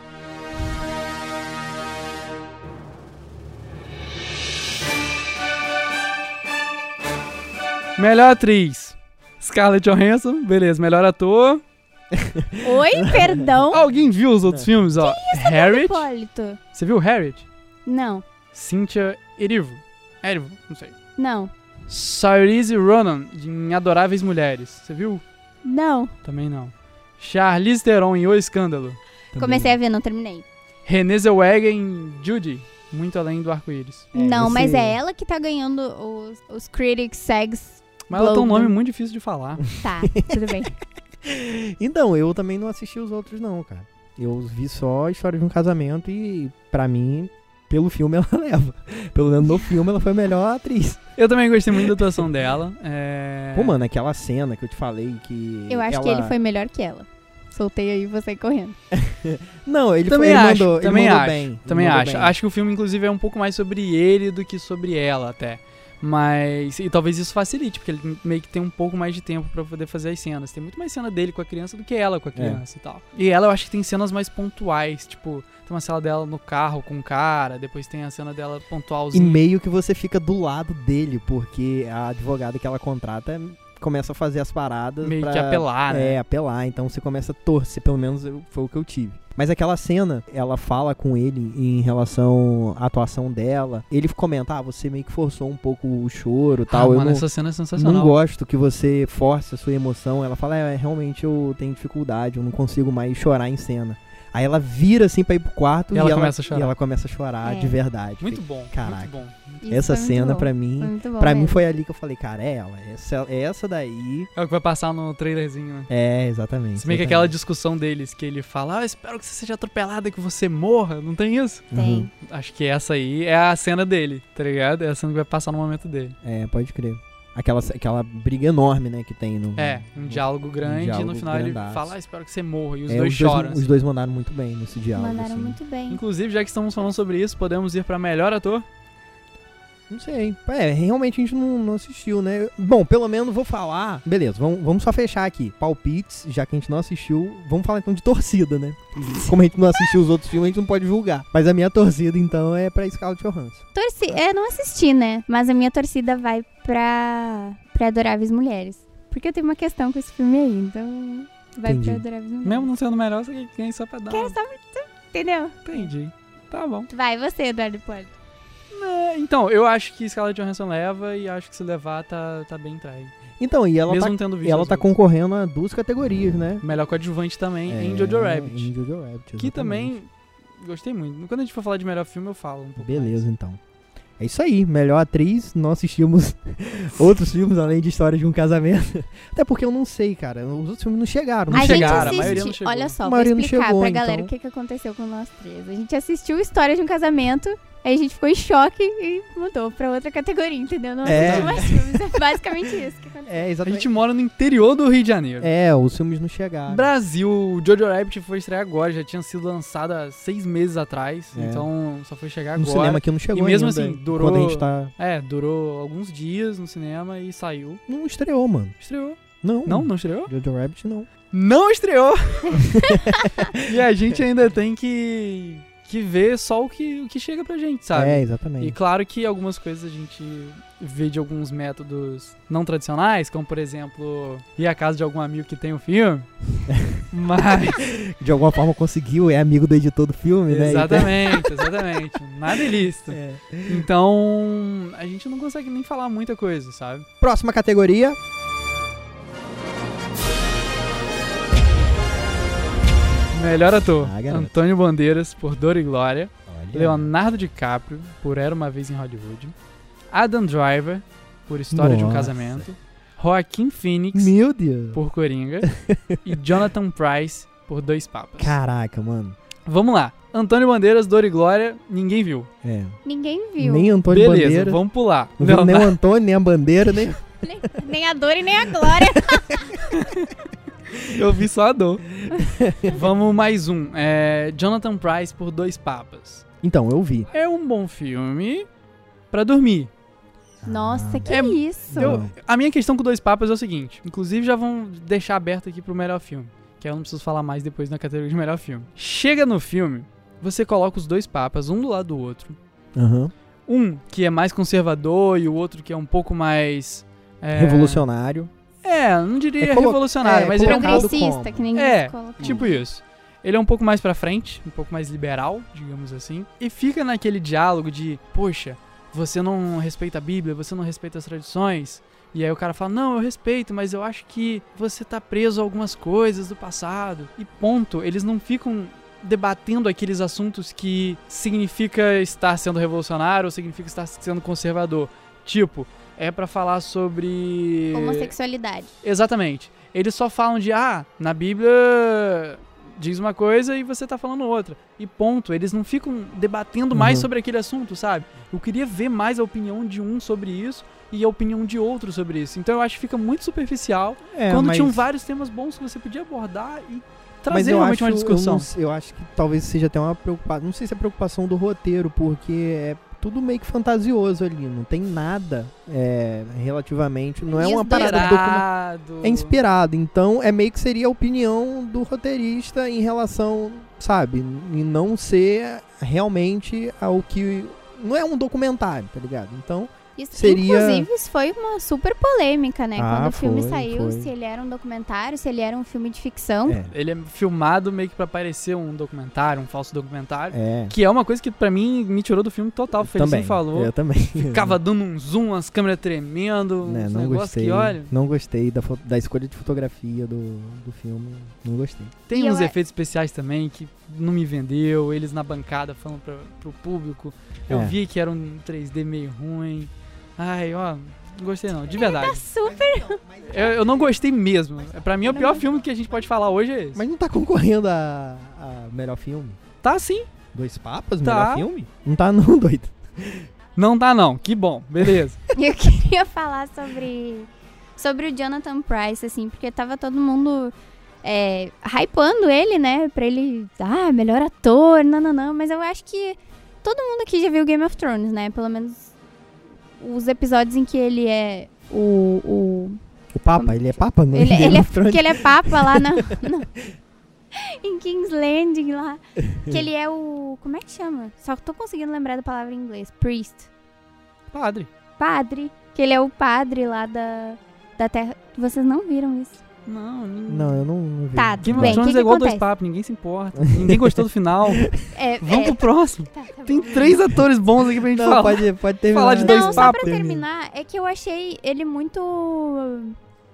Speaker 2: Melhor atriz. Scarlett Johansson, beleza. Melhor ator.
Speaker 3: Oi, perdão,
Speaker 2: Alguém viu os
Speaker 1: É.
Speaker 2: outros filmes, ó? Harriet.
Speaker 3: Hipólito.
Speaker 2: Você viu Harriet?
Speaker 3: Não,
Speaker 2: Cynthia Erivo. Erivo, não sei.
Speaker 3: não,
Speaker 2: Saoirse Ronan, de em Adoráveis Mulheres. Você viu?
Speaker 3: não.
Speaker 2: Também não. Charlize Theron em O Escândalo. Também
Speaker 3: Comecei a ver, não terminei.
Speaker 2: não. Renée Zellweger em Judy, Muito Além do Arco-Íris.
Speaker 1: É,
Speaker 3: não, mas
Speaker 1: esse-
Speaker 3: é ela que tá ganhando os, os Critics Sags.
Speaker 2: Mas ela tem um
Speaker 3: Logan.
Speaker 2: nome muito difícil de falar.
Speaker 3: Tá, tudo bem.
Speaker 1: Então, eu também não assisti os outros, não, cara. Eu vi só a história de um casamento e, pra mim, pelo filme ela leva. Pelo menos no filme ela foi a melhor atriz.
Speaker 2: Eu também gostei muito da atuação dela. É...
Speaker 1: Pô, mano, aquela cena que eu te falei que.
Speaker 3: Eu acho que
Speaker 1: ela-
Speaker 3: ele foi melhor que ela. Soltei aí você correndo.
Speaker 1: Não, ele
Speaker 2: Também
Speaker 1: foi, ele
Speaker 2: acho,
Speaker 1: mandou, ele
Speaker 2: também
Speaker 1: mandou
Speaker 2: acho,
Speaker 1: bem. ele
Speaker 2: Também
Speaker 1: mandou
Speaker 2: acho.
Speaker 1: bem.
Speaker 2: Acho que o filme, inclusive, é um pouco mais sobre ele do que sobre ela, até. Mas. E talvez isso facilite, porque ele meio que tem um pouco mais de tempo pra poder fazer as cenas. Tem muito mais cena dele com a criança do que ela com a criança e tal. E ela, eu acho que tem cenas mais pontuais. Tipo, tem uma cena dela no carro com o cara, depois tem a cena dela
Speaker 1: E
Speaker 2: pontualzinha.
Speaker 1: meio que você fica do lado dele, porque a advogada que ela contrata começa a fazer as paradas.
Speaker 2: meio
Speaker 1: pra...
Speaker 2: que apelar, né?
Speaker 1: É, apelar, então você começa a torcer, pelo menos eu- foi o que eu tive. Mas aquela cena, ela fala com ele em relação à atuação dela. Ele comenta, ah, você meio que forçou um pouco o choro e
Speaker 2: Ah,
Speaker 1: tal.
Speaker 2: mano,
Speaker 1: eu não,
Speaker 2: essa cena é sensacional.
Speaker 1: não gosto que você force a sua emoção. Ela fala, é, realmente eu tenho dificuldade, eu não consigo mais chorar em cena. Aí ela vira assim pra ir pro quarto
Speaker 2: E ela começa a chorar.
Speaker 1: e ela começa a chorar
Speaker 3: É.
Speaker 1: de verdade.
Speaker 2: Muito
Speaker 1: Fica-
Speaker 2: bom,
Speaker 1: Caraca.
Speaker 2: muito bom.
Speaker 3: Isso
Speaker 1: Essa
Speaker 3: foi muito
Speaker 1: cena,
Speaker 3: bom.
Speaker 1: pra
Speaker 3: Foi
Speaker 1: mim,
Speaker 3: muito bom
Speaker 1: pra mim
Speaker 3: mesmo.
Speaker 1: foi ali que eu falei, cara, é ela. Essa, essa daí.
Speaker 2: É o que vai passar no trailerzinho, né?
Speaker 1: É, exatamente.
Speaker 2: Se bem
Speaker 1: exatamente.
Speaker 2: que aquela discussão deles, que ele fala, ah, eu espero que você seja atropelada, que você morra, não tem isso?
Speaker 1: Uhum.
Speaker 3: Tem.
Speaker 2: Acho que essa aí é a cena dele, tá ligado? É a cena que vai passar no momento dele.
Speaker 1: É, pode crer. Aquela, aquela briga enorme, né, que tem no.
Speaker 2: É, um diálogo grande e no
Speaker 1: diálogo
Speaker 2: final ele
Speaker 1: grandaço.
Speaker 2: fala, ah, espero que você morra, e os
Speaker 1: É,
Speaker 2: dois
Speaker 1: os
Speaker 2: choram. assim.
Speaker 1: Dois, os dois mandaram muito bem nesse diálogo.
Speaker 3: Mandaram
Speaker 1: assim.
Speaker 3: muito bem.
Speaker 2: Inclusive, já que estamos falando sobre isso, podemos ir pra melhor ator?
Speaker 1: Não sei. É, realmente a gente não, não assistiu, né? Bom, pelo menos vou falar. Beleza, vamos, vamos só fechar aqui. Palpites, já que a gente não assistiu, vamos falar então de torcida, né? Como a gente não assistiu os outros filmes, a gente não pode julgar. Mas a minha torcida, então, é pra Scarlett Johansson.
Speaker 3: Torci... É, não assisti, né? Mas a minha torcida vai pra... pra Adoráveis Mulheres. Porque eu tenho uma questão com esse filme aí, então... Vai
Speaker 1: Entendi.
Speaker 3: pra Adoráveis Mulheres.
Speaker 2: Mesmo não sendo melhor, você ganha só pra dar.
Speaker 3: Quero
Speaker 2: uma-
Speaker 3: só... Entendeu?
Speaker 2: Entendi. Tá bom.
Speaker 3: Vai, você, Eduardo Hipólito.
Speaker 2: É, Então, eu acho que Scarlett Johansson leva e acho que se levar tá, tá bem entregue.
Speaker 1: Então, e ela
Speaker 2: Mesmo
Speaker 1: tá,
Speaker 2: não tendo visto.
Speaker 1: ela
Speaker 2: as
Speaker 1: tá
Speaker 2: outras.
Speaker 1: concorrendo a duas categorias, né?
Speaker 2: Melhor coadjuvante também
Speaker 1: É,
Speaker 2: em Jojo Rabbit.
Speaker 1: Em Jojo Rabbit.
Speaker 2: Que
Speaker 1: exatamente.
Speaker 2: também gostei muito. Quando a gente for falar de melhor filme, eu falo um pouco. mais.
Speaker 1: Beleza, então. É isso aí, melhor atriz, nós assistimos outros filmes além de História de um Casamento. Até porque eu não sei, cara, os outros filmes não chegaram.
Speaker 2: Não
Speaker 3: a
Speaker 2: chegaram, a
Speaker 3: gente
Speaker 2: maioria não
Speaker 3: assiste...
Speaker 2: chegou.
Speaker 3: Olha só,
Speaker 1: A
Speaker 3: vou
Speaker 1: maioria não
Speaker 3: explicar
Speaker 1: chegou,
Speaker 3: pra galera
Speaker 1: então.
Speaker 3: o que, que aconteceu com nós três. A gente assistiu História de um Casamento... Aí a gente ficou em choque e mudou pra outra categoria, entendeu? Não
Speaker 1: É.
Speaker 3: assistiu mais filmes. É basicamente isso que aconteceu.
Speaker 1: É,
Speaker 2: A
Speaker 1: exatamente.
Speaker 2: gente mora no interior do Rio de Janeiro.
Speaker 1: É, os filmes não chegaram.
Speaker 2: Brasil, o Jojo Rabbit foi estrear agora, já tinha sido lançado há seis meses atrás,
Speaker 1: É.
Speaker 2: então só foi chegar
Speaker 1: no
Speaker 2: agora.
Speaker 1: cinema aqui não chegou
Speaker 2: mesmo
Speaker 1: ainda,
Speaker 2: assim, durou-
Speaker 1: Quando a gente tá...
Speaker 2: É, durou alguns dias no cinema e saiu.
Speaker 1: Não estreou, mano.
Speaker 2: Estreou.
Speaker 1: Não.
Speaker 2: Não, não estreou?
Speaker 1: Jojo Rabbit não.
Speaker 2: Não estreou! e a gente ainda tem que, que vê só o que, o que chega pra gente, sabe?
Speaker 1: É,
Speaker 2: E
Speaker 1: exatamente.
Speaker 2: claro que algumas coisas a gente vê de alguns métodos não tradicionais, como por exemplo, ir à casa de algum amigo que tem o filme. Mas.
Speaker 1: De alguma forma conseguiu, é amigo do editor do filme, né?
Speaker 2: exatamente, exatamente. Nada ilícito.
Speaker 1: Então- É.
Speaker 2: Então, a gente não consegue nem falar muita coisa, sabe?
Speaker 1: Próxima categoria.
Speaker 2: Melhor ator:
Speaker 1: Ah, garoto.
Speaker 2: Antônio Bandeiras por Dor e Glória,
Speaker 1: Olha.
Speaker 2: Leonardo DiCaprio por Era uma Vez em Hollywood, Adam Driver por História de um
Speaker 1: Nossa.
Speaker 2: Casamento, Joaquim Phoenix
Speaker 1: Meu Deus.
Speaker 2: por Coringa e Jonathan Price por Dois Papas.
Speaker 1: Caraca, mano.
Speaker 2: Vamos lá. Antônio Bandeiras, Dor e Glória, ninguém viu.
Speaker 1: É.
Speaker 3: Ninguém viu.
Speaker 1: Nem Antônio
Speaker 2: Beleza,
Speaker 1: Bandeira.
Speaker 2: vamos pular.
Speaker 1: Não viu nem o
Speaker 2: Leonardo-
Speaker 1: Antônio, nem a bandeira, nem.
Speaker 3: Nem, nem a dor e nem a glória.
Speaker 2: Eu vi só a dor. vamos mais um. É, Jonathan Price por Dois Papas.
Speaker 1: Então, eu vi.
Speaker 2: É um bom filme pra dormir.
Speaker 3: Nossa, que
Speaker 2: É-
Speaker 3: isso.
Speaker 1: Deu-
Speaker 2: Eu- a minha questão com Dois Papas é o seguinte. Inclusive já vão deixar aberto aqui pro melhor filme. Que eu não preciso falar mais depois na categoria de melhor filme. Chega no filme, você coloca os dois papas um do lado do outro.
Speaker 1: Aham.
Speaker 2: Um que é mais conservador e o outro que é um pouco mais... é,
Speaker 1: Revolucionário.
Speaker 2: É, não diria
Speaker 1: É colo-
Speaker 2: revolucionário,
Speaker 1: é,
Speaker 2: mas ele é um
Speaker 1: colocado
Speaker 2: pouco,
Speaker 3: Progressista,
Speaker 1: como?
Speaker 3: que ninguém
Speaker 2: É,
Speaker 3: se coloca.
Speaker 2: tipo isso. Ele é um pouco mais pra frente, um pouco mais liberal, digamos assim, e fica naquele diálogo de, poxa, você não respeita a Bíblia, você não respeita as tradições. E aí o cara fala: "Não, eu respeito, mas eu acho que você tá preso a algumas coisas do passado". E ponto, eles não ficam debatendo aqueles assuntos que significa estar sendo revolucionário ou significa estar sendo conservador. Tipo, é pra falar sobre
Speaker 3: Tipo, Homossexualidade.
Speaker 2: Exatamente. Eles só falam de, ah, na Bíblia diz uma coisa e você tá falando outra. E ponto. Eles não ficam debatendo mais
Speaker 1: Uhum.
Speaker 2: sobre aquele assunto, sabe? Eu queria ver mais a opinião de um sobre isso e a opinião de outro sobre isso. Então eu acho que fica muito superficial
Speaker 1: É,
Speaker 2: quando
Speaker 1: mas-
Speaker 2: tinham vários temas bons que você podia abordar e
Speaker 1: mas
Speaker 2: trazer
Speaker 1: eu
Speaker 2: realmente
Speaker 1: acho,
Speaker 2: uma
Speaker 1: Eu,
Speaker 2: discussão.
Speaker 1: não sei- eu acho que talvez seja até uma preocupação. Não sei se é preocupação do roteiro, porque é tudo meio que fantasioso ali. Não tem nada é, relativamente. Não é uma parada de documento.
Speaker 2: Inspirado.
Speaker 1: É inspirado, então é meio que seria a opinião do roteirista em relação, sabe, e não ser realmente ao que. Não é um documentário, tá ligado? Então,
Speaker 3: Isso,
Speaker 1: Seria-
Speaker 3: Inclusive, isso foi uma super polêmica, né?
Speaker 1: Ah,
Speaker 3: Quando o filme
Speaker 1: foi,
Speaker 3: saiu,
Speaker 1: foi.
Speaker 3: se ele era um documentário, se ele era um filme de ficção.
Speaker 1: é.
Speaker 2: Ele é filmado meio que pra parecer um documentário, um falso documentário.
Speaker 1: É.
Speaker 2: Que é uma coisa que pra mim me tirou do filme total. O Felicinho
Speaker 1: também.
Speaker 2: falou.
Speaker 1: Eu também.
Speaker 2: Ficava dando um zoom, as câmeras tremendo,
Speaker 1: Né,
Speaker 2: uns
Speaker 1: não
Speaker 2: negócios
Speaker 1: gostei.
Speaker 2: que, olha,
Speaker 1: Não gostei da, fo- da escolha de fotografia do, do filme. Não gostei.
Speaker 2: tem
Speaker 3: E
Speaker 2: uns
Speaker 3: eu-
Speaker 2: efeitos especiais também que não me vendeu, eles na bancada falando pra, pro público. Eu
Speaker 1: É.
Speaker 2: vi que era um 3D meio ruim. Ai, ó, não gostei não, de verdade.
Speaker 3: Super.
Speaker 2: Eu, eu não gostei mesmo. Pra mim, o pior filme que a gente pode falar hoje é esse.
Speaker 1: Mas não tá concorrendo a, a melhor filme?
Speaker 2: Tá sim.
Speaker 1: Dois Papas,
Speaker 2: Tá.
Speaker 1: melhor filme? Não tá não, doido.
Speaker 2: Não tá não, que bom, beleza.
Speaker 3: Eu queria falar sobre, sobre o Jonathan Price, assim, porque tava todo mundo é, hypando ele, né? Pra ele, ah, melhor ator, não, não, não. Mas eu acho que todo mundo aqui já viu Game of Thrones, né? Pelo menos os episódios em que ele é o- o
Speaker 1: O Papa, ele é Papa? Não
Speaker 3: Ele, ele
Speaker 1: Game
Speaker 3: é,
Speaker 1: of Thrones?
Speaker 3: que ele é papa lá na, na- em King's Landing lá. Que ele é o. Como é que chama? Só tô conseguindo lembrar da palavra em inglês. Priest.
Speaker 2: Padre.
Speaker 3: Padre. Que ele é o padre lá da, da terra. Vocês não viram isso.
Speaker 2: Não,
Speaker 1: Não, eu não, não vi.
Speaker 3: Tá,
Speaker 2: Game
Speaker 3: tudo
Speaker 2: of
Speaker 3: bem.
Speaker 2: Thrones
Speaker 3: que
Speaker 2: é
Speaker 3: que
Speaker 2: igual dois
Speaker 3: acontece?
Speaker 2: papos, ninguém se importa. Ninguém gostou do final.
Speaker 3: É, é,
Speaker 2: Vamos pro próximo.
Speaker 3: tá, tá bom.
Speaker 2: Tem três atores bons aqui pra gente
Speaker 1: Não,
Speaker 2: falar.
Speaker 1: pode, pode terminar.
Speaker 2: Falar de dois
Speaker 3: Não, só pra
Speaker 2: papos.
Speaker 3: terminar, é que eu achei ele muito.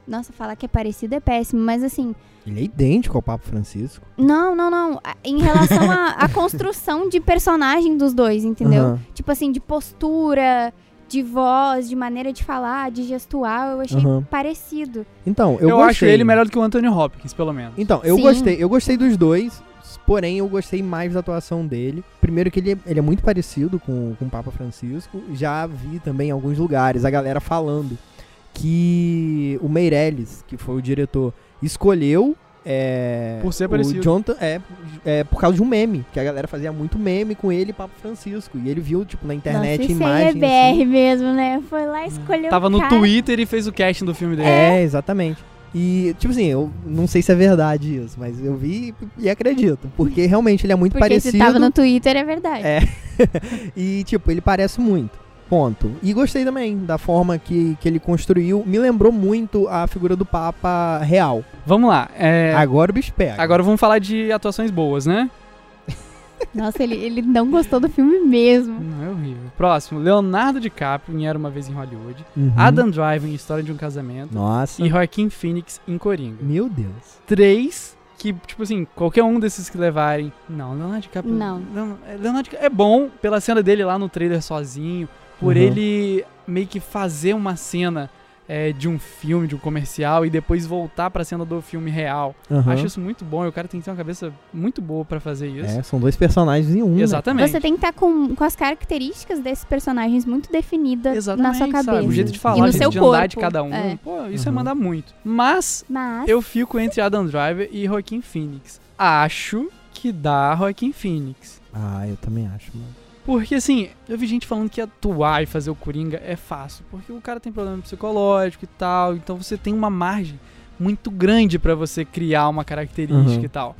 Speaker 3: Nossa, falar que é parecido é péssimo, mas assim,
Speaker 1: Ele é idêntico ao Papa Francisco.
Speaker 3: Não, não, não. A- Em relação à à construção de personagem dos dois, entendeu?
Speaker 1: Aham.
Speaker 3: Tipo assim, de postura, de voz, de maneira de falar, de gestual, eu achei
Speaker 1: Aham.
Speaker 3: parecido.
Speaker 1: Então, eu,
Speaker 2: Eu,
Speaker 1: gostei.
Speaker 2: acho ele melhor do que o Anthony Hopkins, pelo menos.
Speaker 1: Então, eu
Speaker 3: Sim.
Speaker 1: gostei. Eu gostei dos dois, porém eu gostei mais da atuação dele. Primeiro que ele é, ele é muito parecido com, com o Papa Francisco. Já vi também em alguns lugares a galera falando que o Meirelles, que foi o diretor, escolheu é,
Speaker 2: Por ser
Speaker 1: o
Speaker 2: parecido.
Speaker 1: Jonathan, é, é, por causa de um meme, que a galera fazia muito meme com ele e Papa Francisco. E ele viu, tipo, na internet
Speaker 3: Nossa, isso aí é
Speaker 1: imagem.
Speaker 3: BR mesmo, né? Foi lá e escolheu
Speaker 2: assim. Tava
Speaker 3: o
Speaker 2: no
Speaker 3: cara.
Speaker 2: Twitter e fez o casting do filme dele.
Speaker 1: É, exatamente. E, tipo assim, eu não sei se é verdade isso, mas eu vi e acredito. Porque realmente ele é muito
Speaker 3: Porque
Speaker 1: parecido.
Speaker 3: se tava no Twitter, é verdade.
Speaker 1: É. E, tipo, ele parece muito. Ponto. E gostei também da forma que, que ele construiu. Me lembrou muito a figura do Papa real.
Speaker 2: Vamos lá. é,
Speaker 1: Agora o bicho pega.
Speaker 2: agora vamos falar de atuações boas, né?
Speaker 3: Nossa, ele, ele não gostou do filme mesmo.
Speaker 2: Não, é horrível. Próximo, Leonardo DiCaprio em Era Uma Vez em Hollywood.
Speaker 1: Uhum.
Speaker 2: Adam Driver em História de um Casamento.
Speaker 1: Nossa.
Speaker 2: E Joaquin Phoenix em Coringa.
Speaker 1: Meu Deus.
Speaker 2: Três que, tipo assim, qualquer um desses que levarem... Não, Leonardo DiCaprio...
Speaker 3: Não.
Speaker 2: é- Leonardo DiCaprio é bom pela cena dele lá no trailer sozinho. Por
Speaker 1: Uhum.
Speaker 2: ele meio que fazer uma cena... é, de um filme, de um comercial, e depois voltar pra cena do filme real.
Speaker 1: Aham.
Speaker 2: Acho isso muito bom, e o cara tem que ter uma cabeça muito boa pra fazer isso.
Speaker 1: É, são dois personagens em um. né?
Speaker 2: Exatamente.
Speaker 3: Você tem que estar com, com as características desses personagens muito definidas
Speaker 2: Exatamente,
Speaker 3: na sua
Speaker 2: sabe?
Speaker 3: cabeça.
Speaker 2: O jeito de falar,
Speaker 3: e no
Speaker 2: o jeito
Speaker 3: seu
Speaker 2: de
Speaker 3: corpo.
Speaker 2: andar de cada um.
Speaker 3: É.
Speaker 2: Pô, isso
Speaker 1: Uhum.
Speaker 2: é mandar muito. Mas
Speaker 3: Mas
Speaker 2: eu fico entre Adam Driver e Joaquim Phoenix. Acho que dá Joaquim Phoenix.
Speaker 1: Ah, eu também acho, mano.
Speaker 2: Porque assim, eu vi gente falando que atuar e fazer o Coringa é fácil, porque o cara tem problema psicológico e tal, então você tem uma margem muito grande pra você criar uma característica
Speaker 1: Uhum.
Speaker 2: e tal.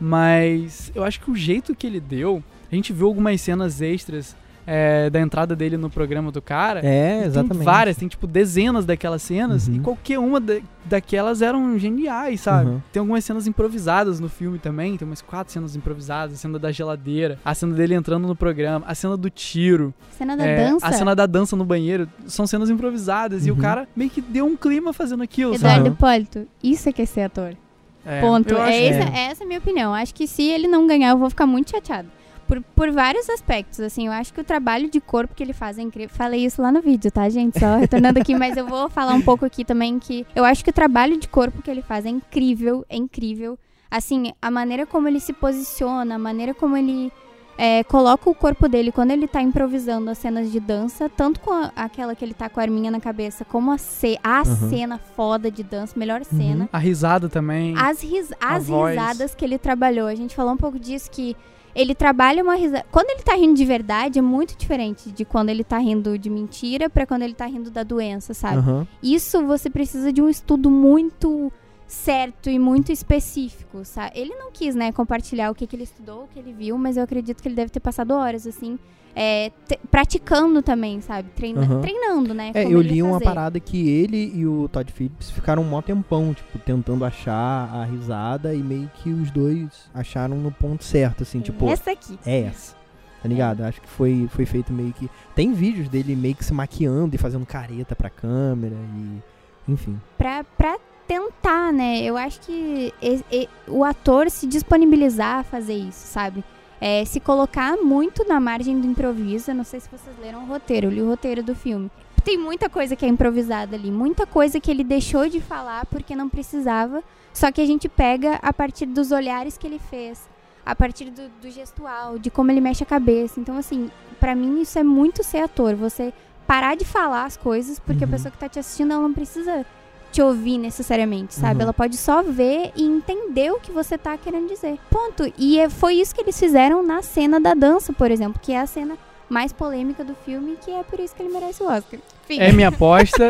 Speaker 2: Mas eu acho que o jeito que ele deu, a gente viu algumas cenas extras é, da entrada dele no programa do cara.
Speaker 1: É,
Speaker 2: Tem
Speaker 1: exatamente.
Speaker 2: várias, tem tipo dezenas daquelas cenas
Speaker 1: Uhum.
Speaker 2: e qualquer uma da- daquelas eram geniais, sabe?
Speaker 1: Uhum.
Speaker 2: Tem algumas cenas improvisadas no filme também, tem umas quatro cenas improvisadas, a cena da geladeira, a cena dele entrando no programa, a cena do tiro,
Speaker 3: cena da
Speaker 2: é,
Speaker 3: dança,
Speaker 2: a cena da dança no banheiro, são cenas improvisadas e o
Speaker 1: Uhum.
Speaker 2: cara meio que deu um clima fazendo aquilo,
Speaker 3: Eduardo
Speaker 1: Aham.
Speaker 3: Hipólito, isso é que é ser ator.
Speaker 2: sabe?
Speaker 3: Ponto.
Speaker 2: eu
Speaker 3: É,
Speaker 2: acho-
Speaker 3: essa,
Speaker 1: que-
Speaker 3: é essa a minha opinião. Acho que se ele não ganhar, eu vou ficar muito chateada. Por, por vários aspectos, assim, eu acho que o trabalho de corpo que ele faz é incrível. Falei isso lá no vídeo, tá, gente? Só retornando aqui, mas eu vou falar um pouco aqui também que eu acho que o trabalho de corpo que ele faz é incrível, é incrível. Assim, a maneira como ele se posiciona, a maneira como ele é, coloca o corpo dele quando ele tá improvisando as cenas de dança, tanto com a- aquela que ele tá com a arminha na cabeça, como a, ce a
Speaker 1: Uhum.
Speaker 3: cena foda de dança, melhor
Speaker 1: Uhum.
Speaker 3: cena.
Speaker 2: A risada também.
Speaker 3: As, ris as
Speaker 2: voz.
Speaker 3: risadas que ele trabalhou. A gente falou um pouco disso que ele trabalha uma risada. Quando ele tá rindo de verdade, é muito diferente de quando ele tá rindo de mentira pra quando ele tá rindo da doença, sabe?
Speaker 1: Aham.
Speaker 3: Isso você precisa de um estudo muito certo e muito específico, sabe? Ele não quis, né, compartilhar o que, que ele estudou, o que ele viu, mas eu acredito que ele deve ter passado horas, assim, é, te- praticando também, sabe? Treina-
Speaker 1: Aham.
Speaker 3: Treinando, né?
Speaker 1: É,
Speaker 3: como
Speaker 1: eu
Speaker 3: ele
Speaker 1: li
Speaker 3: ia
Speaker 1: uma
Speaker 3: fazer.
Speaker 1: parada que ele e o Todd Phillips ficaram um mó tempão, tipo, tentando achar a risada e meio que os dois acharam no ponto certo, assim, tipo,
Speaker 3: Essa aqui.
Speaker 1: é essa. Tá ligado? Acho que foi, foi feito meio que. Tem vídeos dele meio que se maquiando e fazendo careta pra câmera e. Enfim.
Speaker 3: pra, pra tentar, né? Eu acho que e- e- o ator se disponibilizar a fazer isso, sabe? É, se colocar muito na margem do improviso. Eu não sei se vocês leram o roteiro, eu li o roteiro do filme. Tem muita coisa que é improvisada ali, muita coisa que ele deixou de falar porque não precisava. Só que a gente pega a partir dos olhares que ele fez, a partir do, do gestual, de como ele mexe a cabeça. Então, assim, pra mim isso é muito ser ator. Você parar de falar as coisas porque a
Speaker 1: Uhum.
Speaker 3: pessoa que tá te assistindo ela não precisa te ouvir necessariamente, sabe?
Speaker 1: Uhum.
Speaker 3: Ela pode só ver e entender o que você tá querendo dizer. Ponto. E é- foi isso que eles fizeram na cena da dança, por exemplo, que é a cena mais polêmica do filme, que é por isso que ele merece o Oscar. Enfim.
Speaker 2: É minha aposta.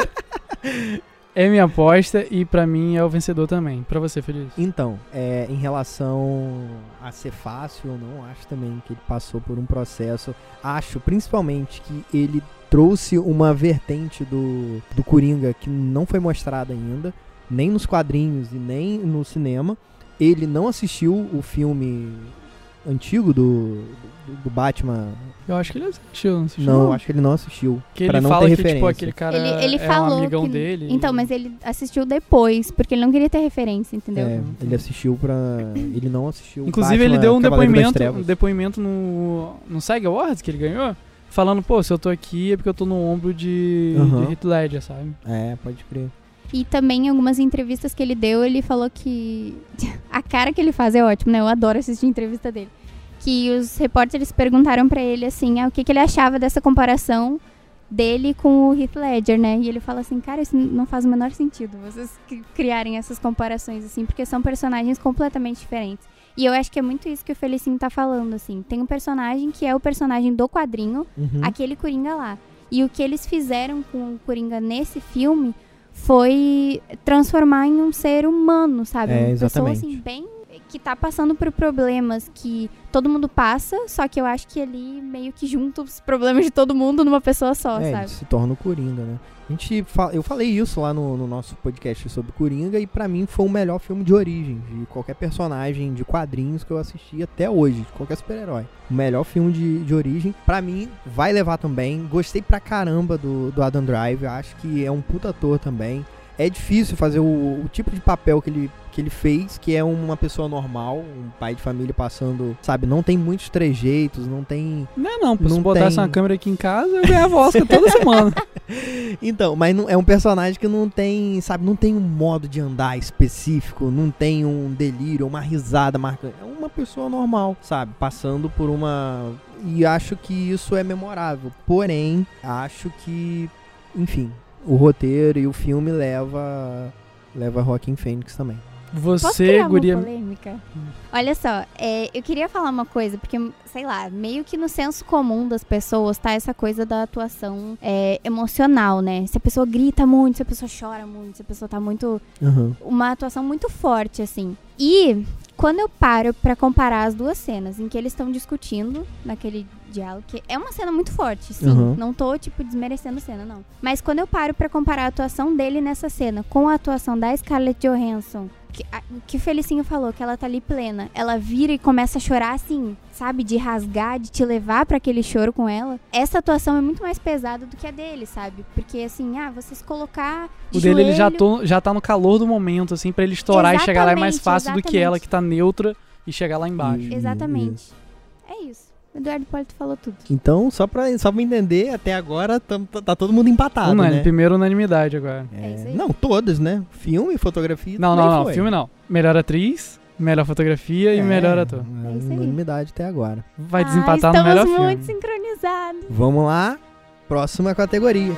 Speaker 2: é minha aposta e pra mim é o vencedor também. Pra você, Feliz.
Speaker 1: Então, é, em relação a ser fácil ou não, acho também que ele passou por um processo. Acho principalmente que ele trouxe uma vertente do, do Coringa que não foi mostrada ainda, nem nos quadrinhos e nem no cinema. Ele não assistiu o filme antigo do, do, do Batman.
Speaker 2: Eu acho que ele assistiu, não assistiu?
Speaker 1: Não, acho que ele não assistiu.
Speaker 2: Que
Speaker 1: pra
Speaker 2: ele
Speaker 1: não
Speaker 2: fala
Speaker 1: ter
Speaker 2: que, tipo,
Speaker 1: referência.
Speaker 2: aquele cara
Speaker 3: Ele, ele
Speaker 2: é
Speaker 3: falou
Speaker 2: um amigão
Speaker 3: que...
Speaker 2: dele.
Speaker 3: Então, mas ele assistiu depois, porque ele não queria ter referência, entendeu?
Speaker 1: É, ele assistiu pra. Ele não assistiu.
Speaker 2: né? Inclusive,
Speaker 1: Batman, é
Speaker 2: ele deu
Speaker 1: Cavaleiro
Speaker 2: um
Speaker 1: das
Speaker 2: depoimento, um
Speaker 1: Trevas.
Speaker 2: depoimento no, no SEG Awards que ele ganhou, falando, pô, se eu tô aqui é porque eu tô no ombro de,
Speaker 1: Aham.
Speaker 2: de Heath Ledger, sabe?
Speaker 1: É, pode crer.
Speaker 3: E também em algumas entrevistas que ele deu, ele falou que a cara que ele faz é ótima, né? Eu adoro assistir entrevista dele. Que os repórteres perguntaram pra ele assim, ah, o que, que ele achava dessa comparação dele com o Heath Ledger, né? E ele fala assim, cara, isso não faz o menor sentido vocês cri- criarem essas comparações assim, porque são personagens completamente diferentes. E eu acho que é muito isso que o Felicinho tá falando, assim. Tem um personagem que é o personagem do quadrinho,
Speaker 1: Uhum.
Speaker 3: aquele Coringa lá. E o que eles fizeram com o Coringa nesse filme foi transformar em um ser humano, sabe?
Speaker 1: É,
Speaker 3: uma pessoa
Speaker 1: exatamente.
Speaker 3: assim, bem que tá passando por problemas que todo mundo passa, só que eu acho que ele meio que junta os problemas de todo mundo numa pessoa só,
Speaker 1: é, ele
Speaker 3: sabe?
Speaker 1: se torna o Coringa, né? A gente fa- Eu falei isso lá no, no nosso podcast sobre Coringa e pra mim foi o melhor filme de origem, de qualquer personagem de quadrinhos que eu assisti até hoje, de qualquer super-herói. O melhor filme de, de origem, pra mim, vai levar também. Gostei pra caramba do, do Adam Drive, acho que é um puta ator também. É difícil fazer o, o tipo de papel que ele, que ele fez, que é uma pessoa normal, um pai de família passando, sabe, não tem muitos trejeitos, não tem
Speaker 2: Não é não, pô. Se
Speaker 1: Não
Speaker 2: botasse
Speaker 1: tem.
Speaker 2: uma câmera aqui em casa, eu ganhava Oscar toda semana.
Speaker 1: Então, mas não- é um personagem que não tem, sabe, não tem um modo de andar específico, não tem um delírio, uma risada marcante. É uma pessoa normal, sabe, passando por uma. E acho que isso é memorável. Porém, acho que, enfim, o roteiro e o filme leva leva Joaquin Phoenix também.
Speaker 3: Posso
Speaker 2: Você,
Speaker 3: criar uma
Speaker 2: guria.
Speaker 3: polêmica? Olha só, é, eu queria falar uma coisa, porque, sei lá, meio que no senso comum das pessoas tá essa coisa da atuação é, emocional, né? Se a pessoa grita muito, se a pessoa chora muito, se a pessoa tá muito uma atuação muito forte, assim. E quando eu paro pra comparar as duas cenas em que eles estão discutindo naquele diálogo, que é uma cena muito forte, sim.
Speaker 1: Uhum.
Speaker 3: Não tô, tipo, desmerecendo a cena, não. Mas quando eu paro pra comparar a atuação dele nessa cena com a atuação da Scarlett Johansson, que, a- o que o Felicinho falou, que ela tá ali plena, ela vira e começa a chorar, assim, sabe? De rasgar, de te levar pra aquele choro com ela. Essa atuação é muito mais pesada do que a dele, sabe? Porque, assim, ah, você se colocar de
Speaker 2: O dele ele já,
Speaker 3: joelho-
Speaker 2: tô- já tá no calor do momento, assim, pra ele estourar e chegar lá é mais
Speaker 3: Exatamente,
Speaker 2: fácil do que
Speaker 3: exatamente.
Speaker 2: ela, que tá neutra, e chegar
Speaker 1: Hum.
Speaker 2: lá embaixo.
Speaker 3: Exatamente.
Speaker 1: Isso.
Speaker 3: É isso. O Eduardo Polito falou tudo.
Speaker 1: Então, só pra, só pra entender, até agora tam- tá, todo mundo empatado,
Speaker 2: Unânime,
Speaker 1: né?
Speaker 2: primeiro é, unanimidade agora.
Speaker 3: É isso aí.
Speaker 1: Não, todos, né? Filme, fotografia.
Speaker 2: Não,
Speaker 1: também
Speaker 2: não, não.
Speaker 1: foi.
Speaker 2: Filme não. Melhor atriz, melhor fotografia e melhor ator.
Speaker 1: É,
Speaker 3: É isso aí.
Speaker 1: unanimidade até agora.
Speaker 2: Vai
Speaker 3: Ah,
Speaker 2: desempatar no melhor
Speaker 3: Estamos muito
Speaker 2: filme.
Speaker 3: sincronizados.
Speaker 1: Vamos lá, próxima categoria.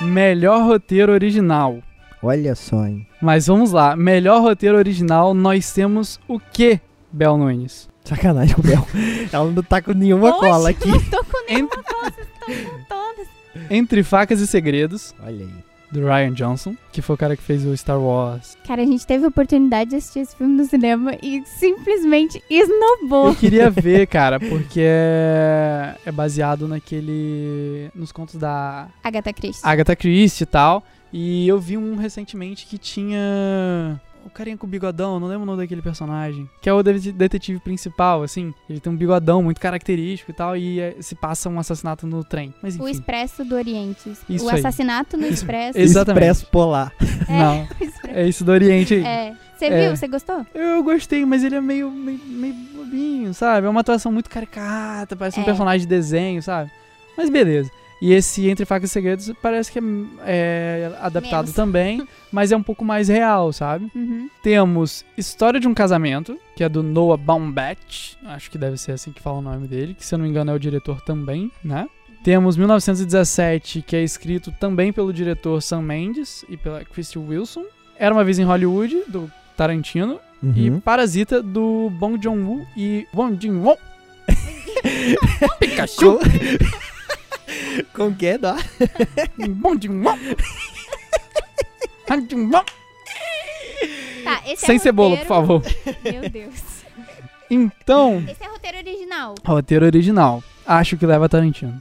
Speaker 2: Melhor roteiro original.
Speaker 1: Olha só, hein?
Speaker 2: Mas vamos lá. Melhor roteiro original, nós temos o quê, Bel Nunes?
Speaker 1: Sacanagem com o Bel. Ela não tá com nenhuma
Speaker 3: Oxe,
Speaker 1: cola aqui.
Speaker 3: Não tô com
Speaker 2: Ent-
Speaker 3: nenhuma cola, vocês estão com todas.
Speaker 2: Entre Facas e Segredos,
Speaker 1: Olha aí.
Speaker 2: do Ryan Johnson, que foi o cara que fez o Star Wars.
Speaker 3: Cara, a gente teve a oportunidade de assistir esse filme no cinema e simplesmente esnobou.
Speaker 2: Eu queria ver, cara, porque é, é baseado naquele. nos contos da
Speaker 3: Agatha Christie.
Speaker 2: Agatha Christie e tal. E eu vi um recentemente que tinha. O carinha com o bigodão, não lembro o nome daquele personagem. Que é o de- detetive principal, assim. Ele tem um bigodão muito característico e tal. E é, se passa um assassinato no trem. Mas
Speaker 3: O
Speaker 2: enfim.
Speaker 3: Expresso do Oriente.
Speaker 2: Isso
Speaker 3: o
Speaker 2: aí.
Speaker 3: assassinato no
Speaker 2: Isso-
Speaker 3: Expresso.
Speaker 2: Ex- Exatamente.
Speaker 1: Expresso Polar.
Speaker 3: É,
Speaker 2: Não.
Speaker 3: o Expresso.
Speaker 2: É isso do Oriente aí.
Speaker 3: É. Você
Speaker 2: É.
Speaker 3: viu? Você gostou?
Speaker 2: Eu gostei, mas ele é meio, meio, meio bobinho, sabe? É uma atuação muito caricata, parece um
Speaker 3: É.
Speaker 2: personagem de desenho, sabe? Mas beleza. E esse Entre Facas e Segredos parece que é, é, adaptado
Speaker 3: Menos.
Speaker 2: também, mas é um pouco mais real, sabe?
Speaker 3: Uhum.
Speaker 2: Temos História de um Casamento, que é do Noah Baumbach, acho que deve ser assim que fala o nome dele, que se eu não me engano é o diretor também, né? Temos 1917, que é escrito também pelo diretor Sam Mendes e pela Christy Wilson. Era uma vez em Hollywood, do Tarantino
Speaker 1: Uhum.
Speaker 2: e Parasita do Bong Joon-woo e Bong Joon-ho. Pikachu.
Speaker 1: Com que dó?
Speaker 2: Bong Joon-ho. Bong Joon-ho.
Speaker 3: Tá, esse
Speaker 2: Sem
Speaker 3: é
Speaker 2: cebola, por favor.
Speaker 3: roteiro- Meu Deus.
Speaker 2: Então,
Speaker 3: Esse é roteiro original.
Speaker 2: roteiro original. Acho que leva Tarantino.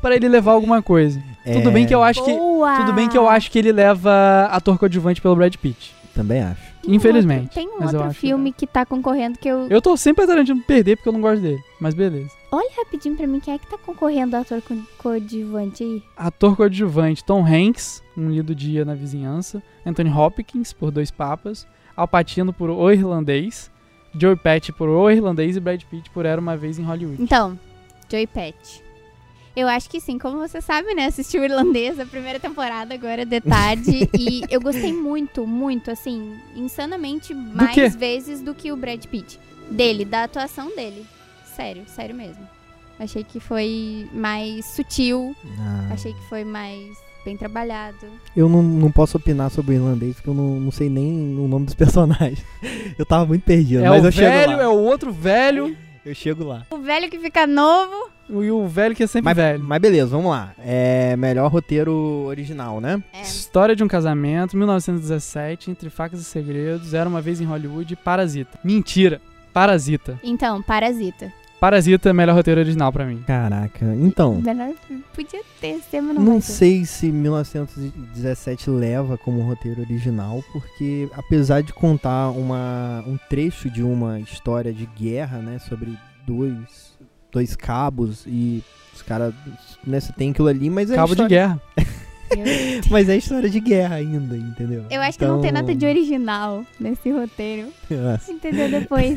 Speaker 2: Pra ele levar alguma coisa. Tudo bem
Speaker 1: É,
Speaker 2: que eu acho que
Speaker 3: Boa!
Speaker 2: tudo bem que eu acho que ele leva ator coadjuvante pelo Brad Pitt.
Speaker 1: Também acho.
Speaker 3: Tem um
Speaker 2: Infelizmente,
Speaker 3: outro- Tem um
Speaker 2: mas eu
Speaker 3: outro
Speaker 2: acho que é.
Speaker 3: filme que tá concorrendo que eu.
Speaker 2: Eu tô sempre a Tarantino perder porque eu não gosto dele, mas beleza.
Speaker 3: Olha rapidinho pra mim quem é que tá concorrendo a ator co- coadjuvante aí.
Speaker 2: Ator coadjuvante Tom Hanks, Um Lido Dia na Vizinhança, Anthony Hopkins por Dois Papas, Al Pacino por O Irlandês, Joe Pesci por O Irlandês e Brad Pitt por Era Uma Vez em Hollywood.
Speaker 3: Então, Joey Pet. Eu acho que sim, como você sabe, né? Assisti o Irlandês, a primeira temporada agora de tarde. e eu gostei muito, muito, assim, insanamente mais
Speaker 2: quê?
Speaker 3: vezes do que o Brad Pitt. Dele, da atuação dele. Sério, sério mesmo. Achei que foi mais sutil,
Speaker 1: Hum.
Speaker 3: achei que foi mais bem trabalhado.
Speaker 1: Ah, Eu não, não posso opinar sobre o irlandês, porque eu não, não sei nem o nome dos personagens. Eu tava muito perdido,
Speaker 2: É
Speaker 1: mas
Speaker 2: o
Speaker 1: eu chego
Speaker 2: velho,
Speaker 1: lá.
Speaker 2: é o outro velho.
Speaker 1: Eu chego lá.
Speaker 3: O velho que fica novo.
Speaker 2: E o velho que é sempre
Speaker 1: Mas,
Speaker 2: velho.
Speaker 1: mas beleza, vamos lá. É melhor roteiro original, né?
Speaker 3: É.
Speaker 2: História de um casamento, 1917, entre facas e segredos, era uma vez em Hollywood, Parasita. Mentira. Parasita.
Speaker 3: Então, Parasita.
Speaker 2: Parasita é o melhor roteiro original pra mim.
Speaker 1: Caraca, então.
Speaker 3: Melhor podia ter, ser, mas não,
Speaker 1: Não
Speaker 3: vai ter.
Speaker 1: sei se 1917 leva como roteiro original, porque apesar de contar uma, um trecho de uma história de guerra, né, sobre dois, dois cabos e os caras, né, você tem aquilo ali, mas é
Speaker 2: Cabo de
Speaker 1: história-
Speaker 2: guerra.
Speaker 1: Mas é história de guerra ainda, entendeu?
Speaker 3: Eu acho que não tem
Speaker 1: Então- é.
Speaker 3: nada de original nesse roteiro.
Speaker 1: Nossa.
Speaker 3: Entendeu depois?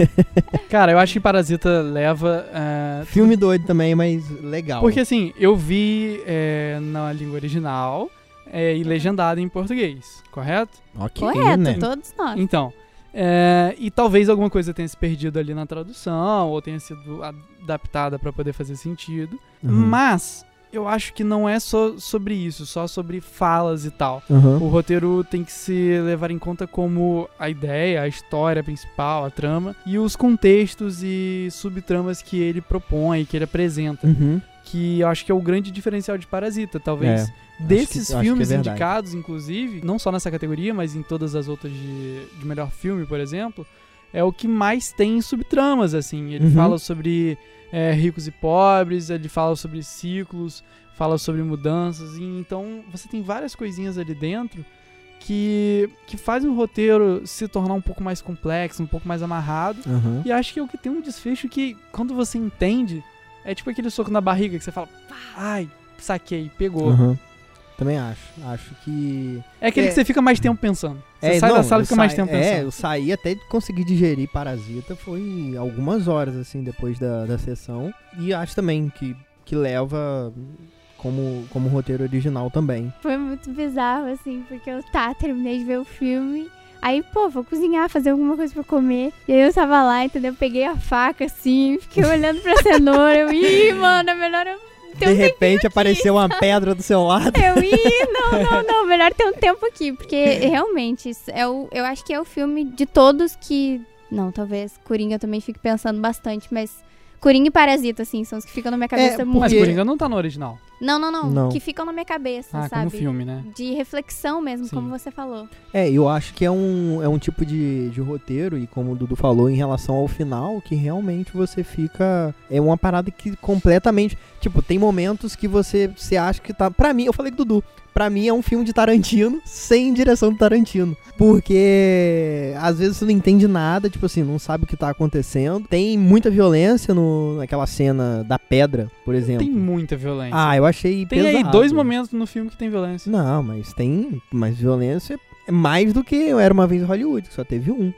Speaker 2: Cara, eu acho que Parasita leva. é,
Speaker 1: Filme doido também, mas legal.
Speaker 2: Porque assim, eu vi é, na língua original é, e legendado em português, correto?
Speaker 1: Ok,
Speaker 3: Correto,
Speaker 1: né?
Speaker 3: todos nós.
Speaker 2: Então. é, e talvez alguma coisa tenha se perdido ali na tradução, ou tenha sido adaptada pra poder fazer sentido.
Speaker 1: Uhum.
Speaker 2: Mas eu acho que não é só sobre isso, só sobre falas e tal.
Speaker 1: Uhum.
Speaker 2: O roteiro tem que se levar em conta como a ideia, a história principal, a trama, e os contextos e subtramas que ele propõe, que ele apresenta.
Speaker 1: Uhum.
Speaker 2: Que eu acho que é o grande diferencial de Parasita, talvez.
Speaker 1: É,
Speaker 2: Desses
Speaker 1: acho que- acho que é
Speaker 2: filmes
Speaker 1: verdade.
Speaker 2: indicados, inclusive, não só nessa categoria, mas em todas as outras de, de melhor filme, por exemplo, é o que mais tem subtramas, assim. Ele
Speaker 1: Uhum.
Speaker 2: fala sobre é, ricos e pobres, ele fala sobre ciclos, fala sobre mudanças, e então você tem várias coisinhas ali dentro que, que fazem o roteiro se tornar um pouco mais complexo, um pouco mais amarrado.
Speaker 1: Uhum.
Speaker 2: E acho que é o que tem um desfecho que, quando você entende, é tipo aquele soco na barriga que você fala, ai, saquei, pegou.
Speaker 1: Uhum. Também acho. Acho que.
Speaker 2: É aquele
Speaker 1: É.
Speaker 2: que você fica mais tempo pensando. Você
Speaker 1: É,
Speaker 2: sai
Speaker 1: não,
Speaker 2: da sala e
Speaker 1: eu
Speaker 2: fica mais
Speaker 1: sa-
Speaker 2: tempo
Speaker 1: É,
Speaker 2: pensando.
Speaker 1: eu saí até de conseguir digerir Parasita foi algumas horas, assim, depois da, da sessão. E acho também que, que leva como, como roteiro original também.
Speaker 3: Foi muito bizarro, assim, porque eu tá, terminei de ver o filme. Aí, pô, vou cozinhar, fazer alguma coisa pra comer. E aí eu tava lá, entendeu? Peguei a faca, assim, fiquei olhando pra cenoura. Eu, ih, mano, é melhor eu ter
Speaker 1: de
Speaker 3: um
Speaker 1: repente apareceu uma pedra do seu lado.
Speaker 3: Eu, ih, não, não, não, melhor ter um tempo aqui, porque realmente, isso é o, eu acho que é o filme de todos que. Não, talvez Coringa eu também fique pensando bastante, mas Coringa e Parasita, assim, são os que ficam na minha cabeça
Speaker 1: porque-
Speaker 3: muito.
Speaker 2: Mas Coringa não tá no original.
Speaker 3: Não, não, não,
Speaker 1: Não.
Speaker 3: Que ficam na minha cabeça,
Speaker 2: Ah, como
Speaker 3: sabe?
Speaker 2: filme, né?
Speaker 3: De reflexão mesmo,
Speaker 2: Sim.
Speaker 3: como você falou.
Speaker 1: É, eu acho que é um, é um tipo de, de roteiro, e como o Dudu falou, em relação ao final, que realmente você fica. É uma parada que completamente. Tipo, tem momentos que você, você acha que tá. Pra mim, eu falei com o Dudu. Pra mim é um filme de Tarantino sem direção do Tarantino. Porque às vezes você não entende nada, tipo assim, não sabe o que tá acontecendo. Tem muita violência no, naquela cena da pedra, por exemplo.
Speaker 2: Tem muita violência.
Speaker 1: Ah, eu achei
Speaker 2: tem
Speaker 1: pesado.
Speaker 2: aí dois momentos no filme que tem violência.
Speaker 1: Não, mas tem mais violência. É mais do que Era Uma Vez em Hollywood, que só teve um.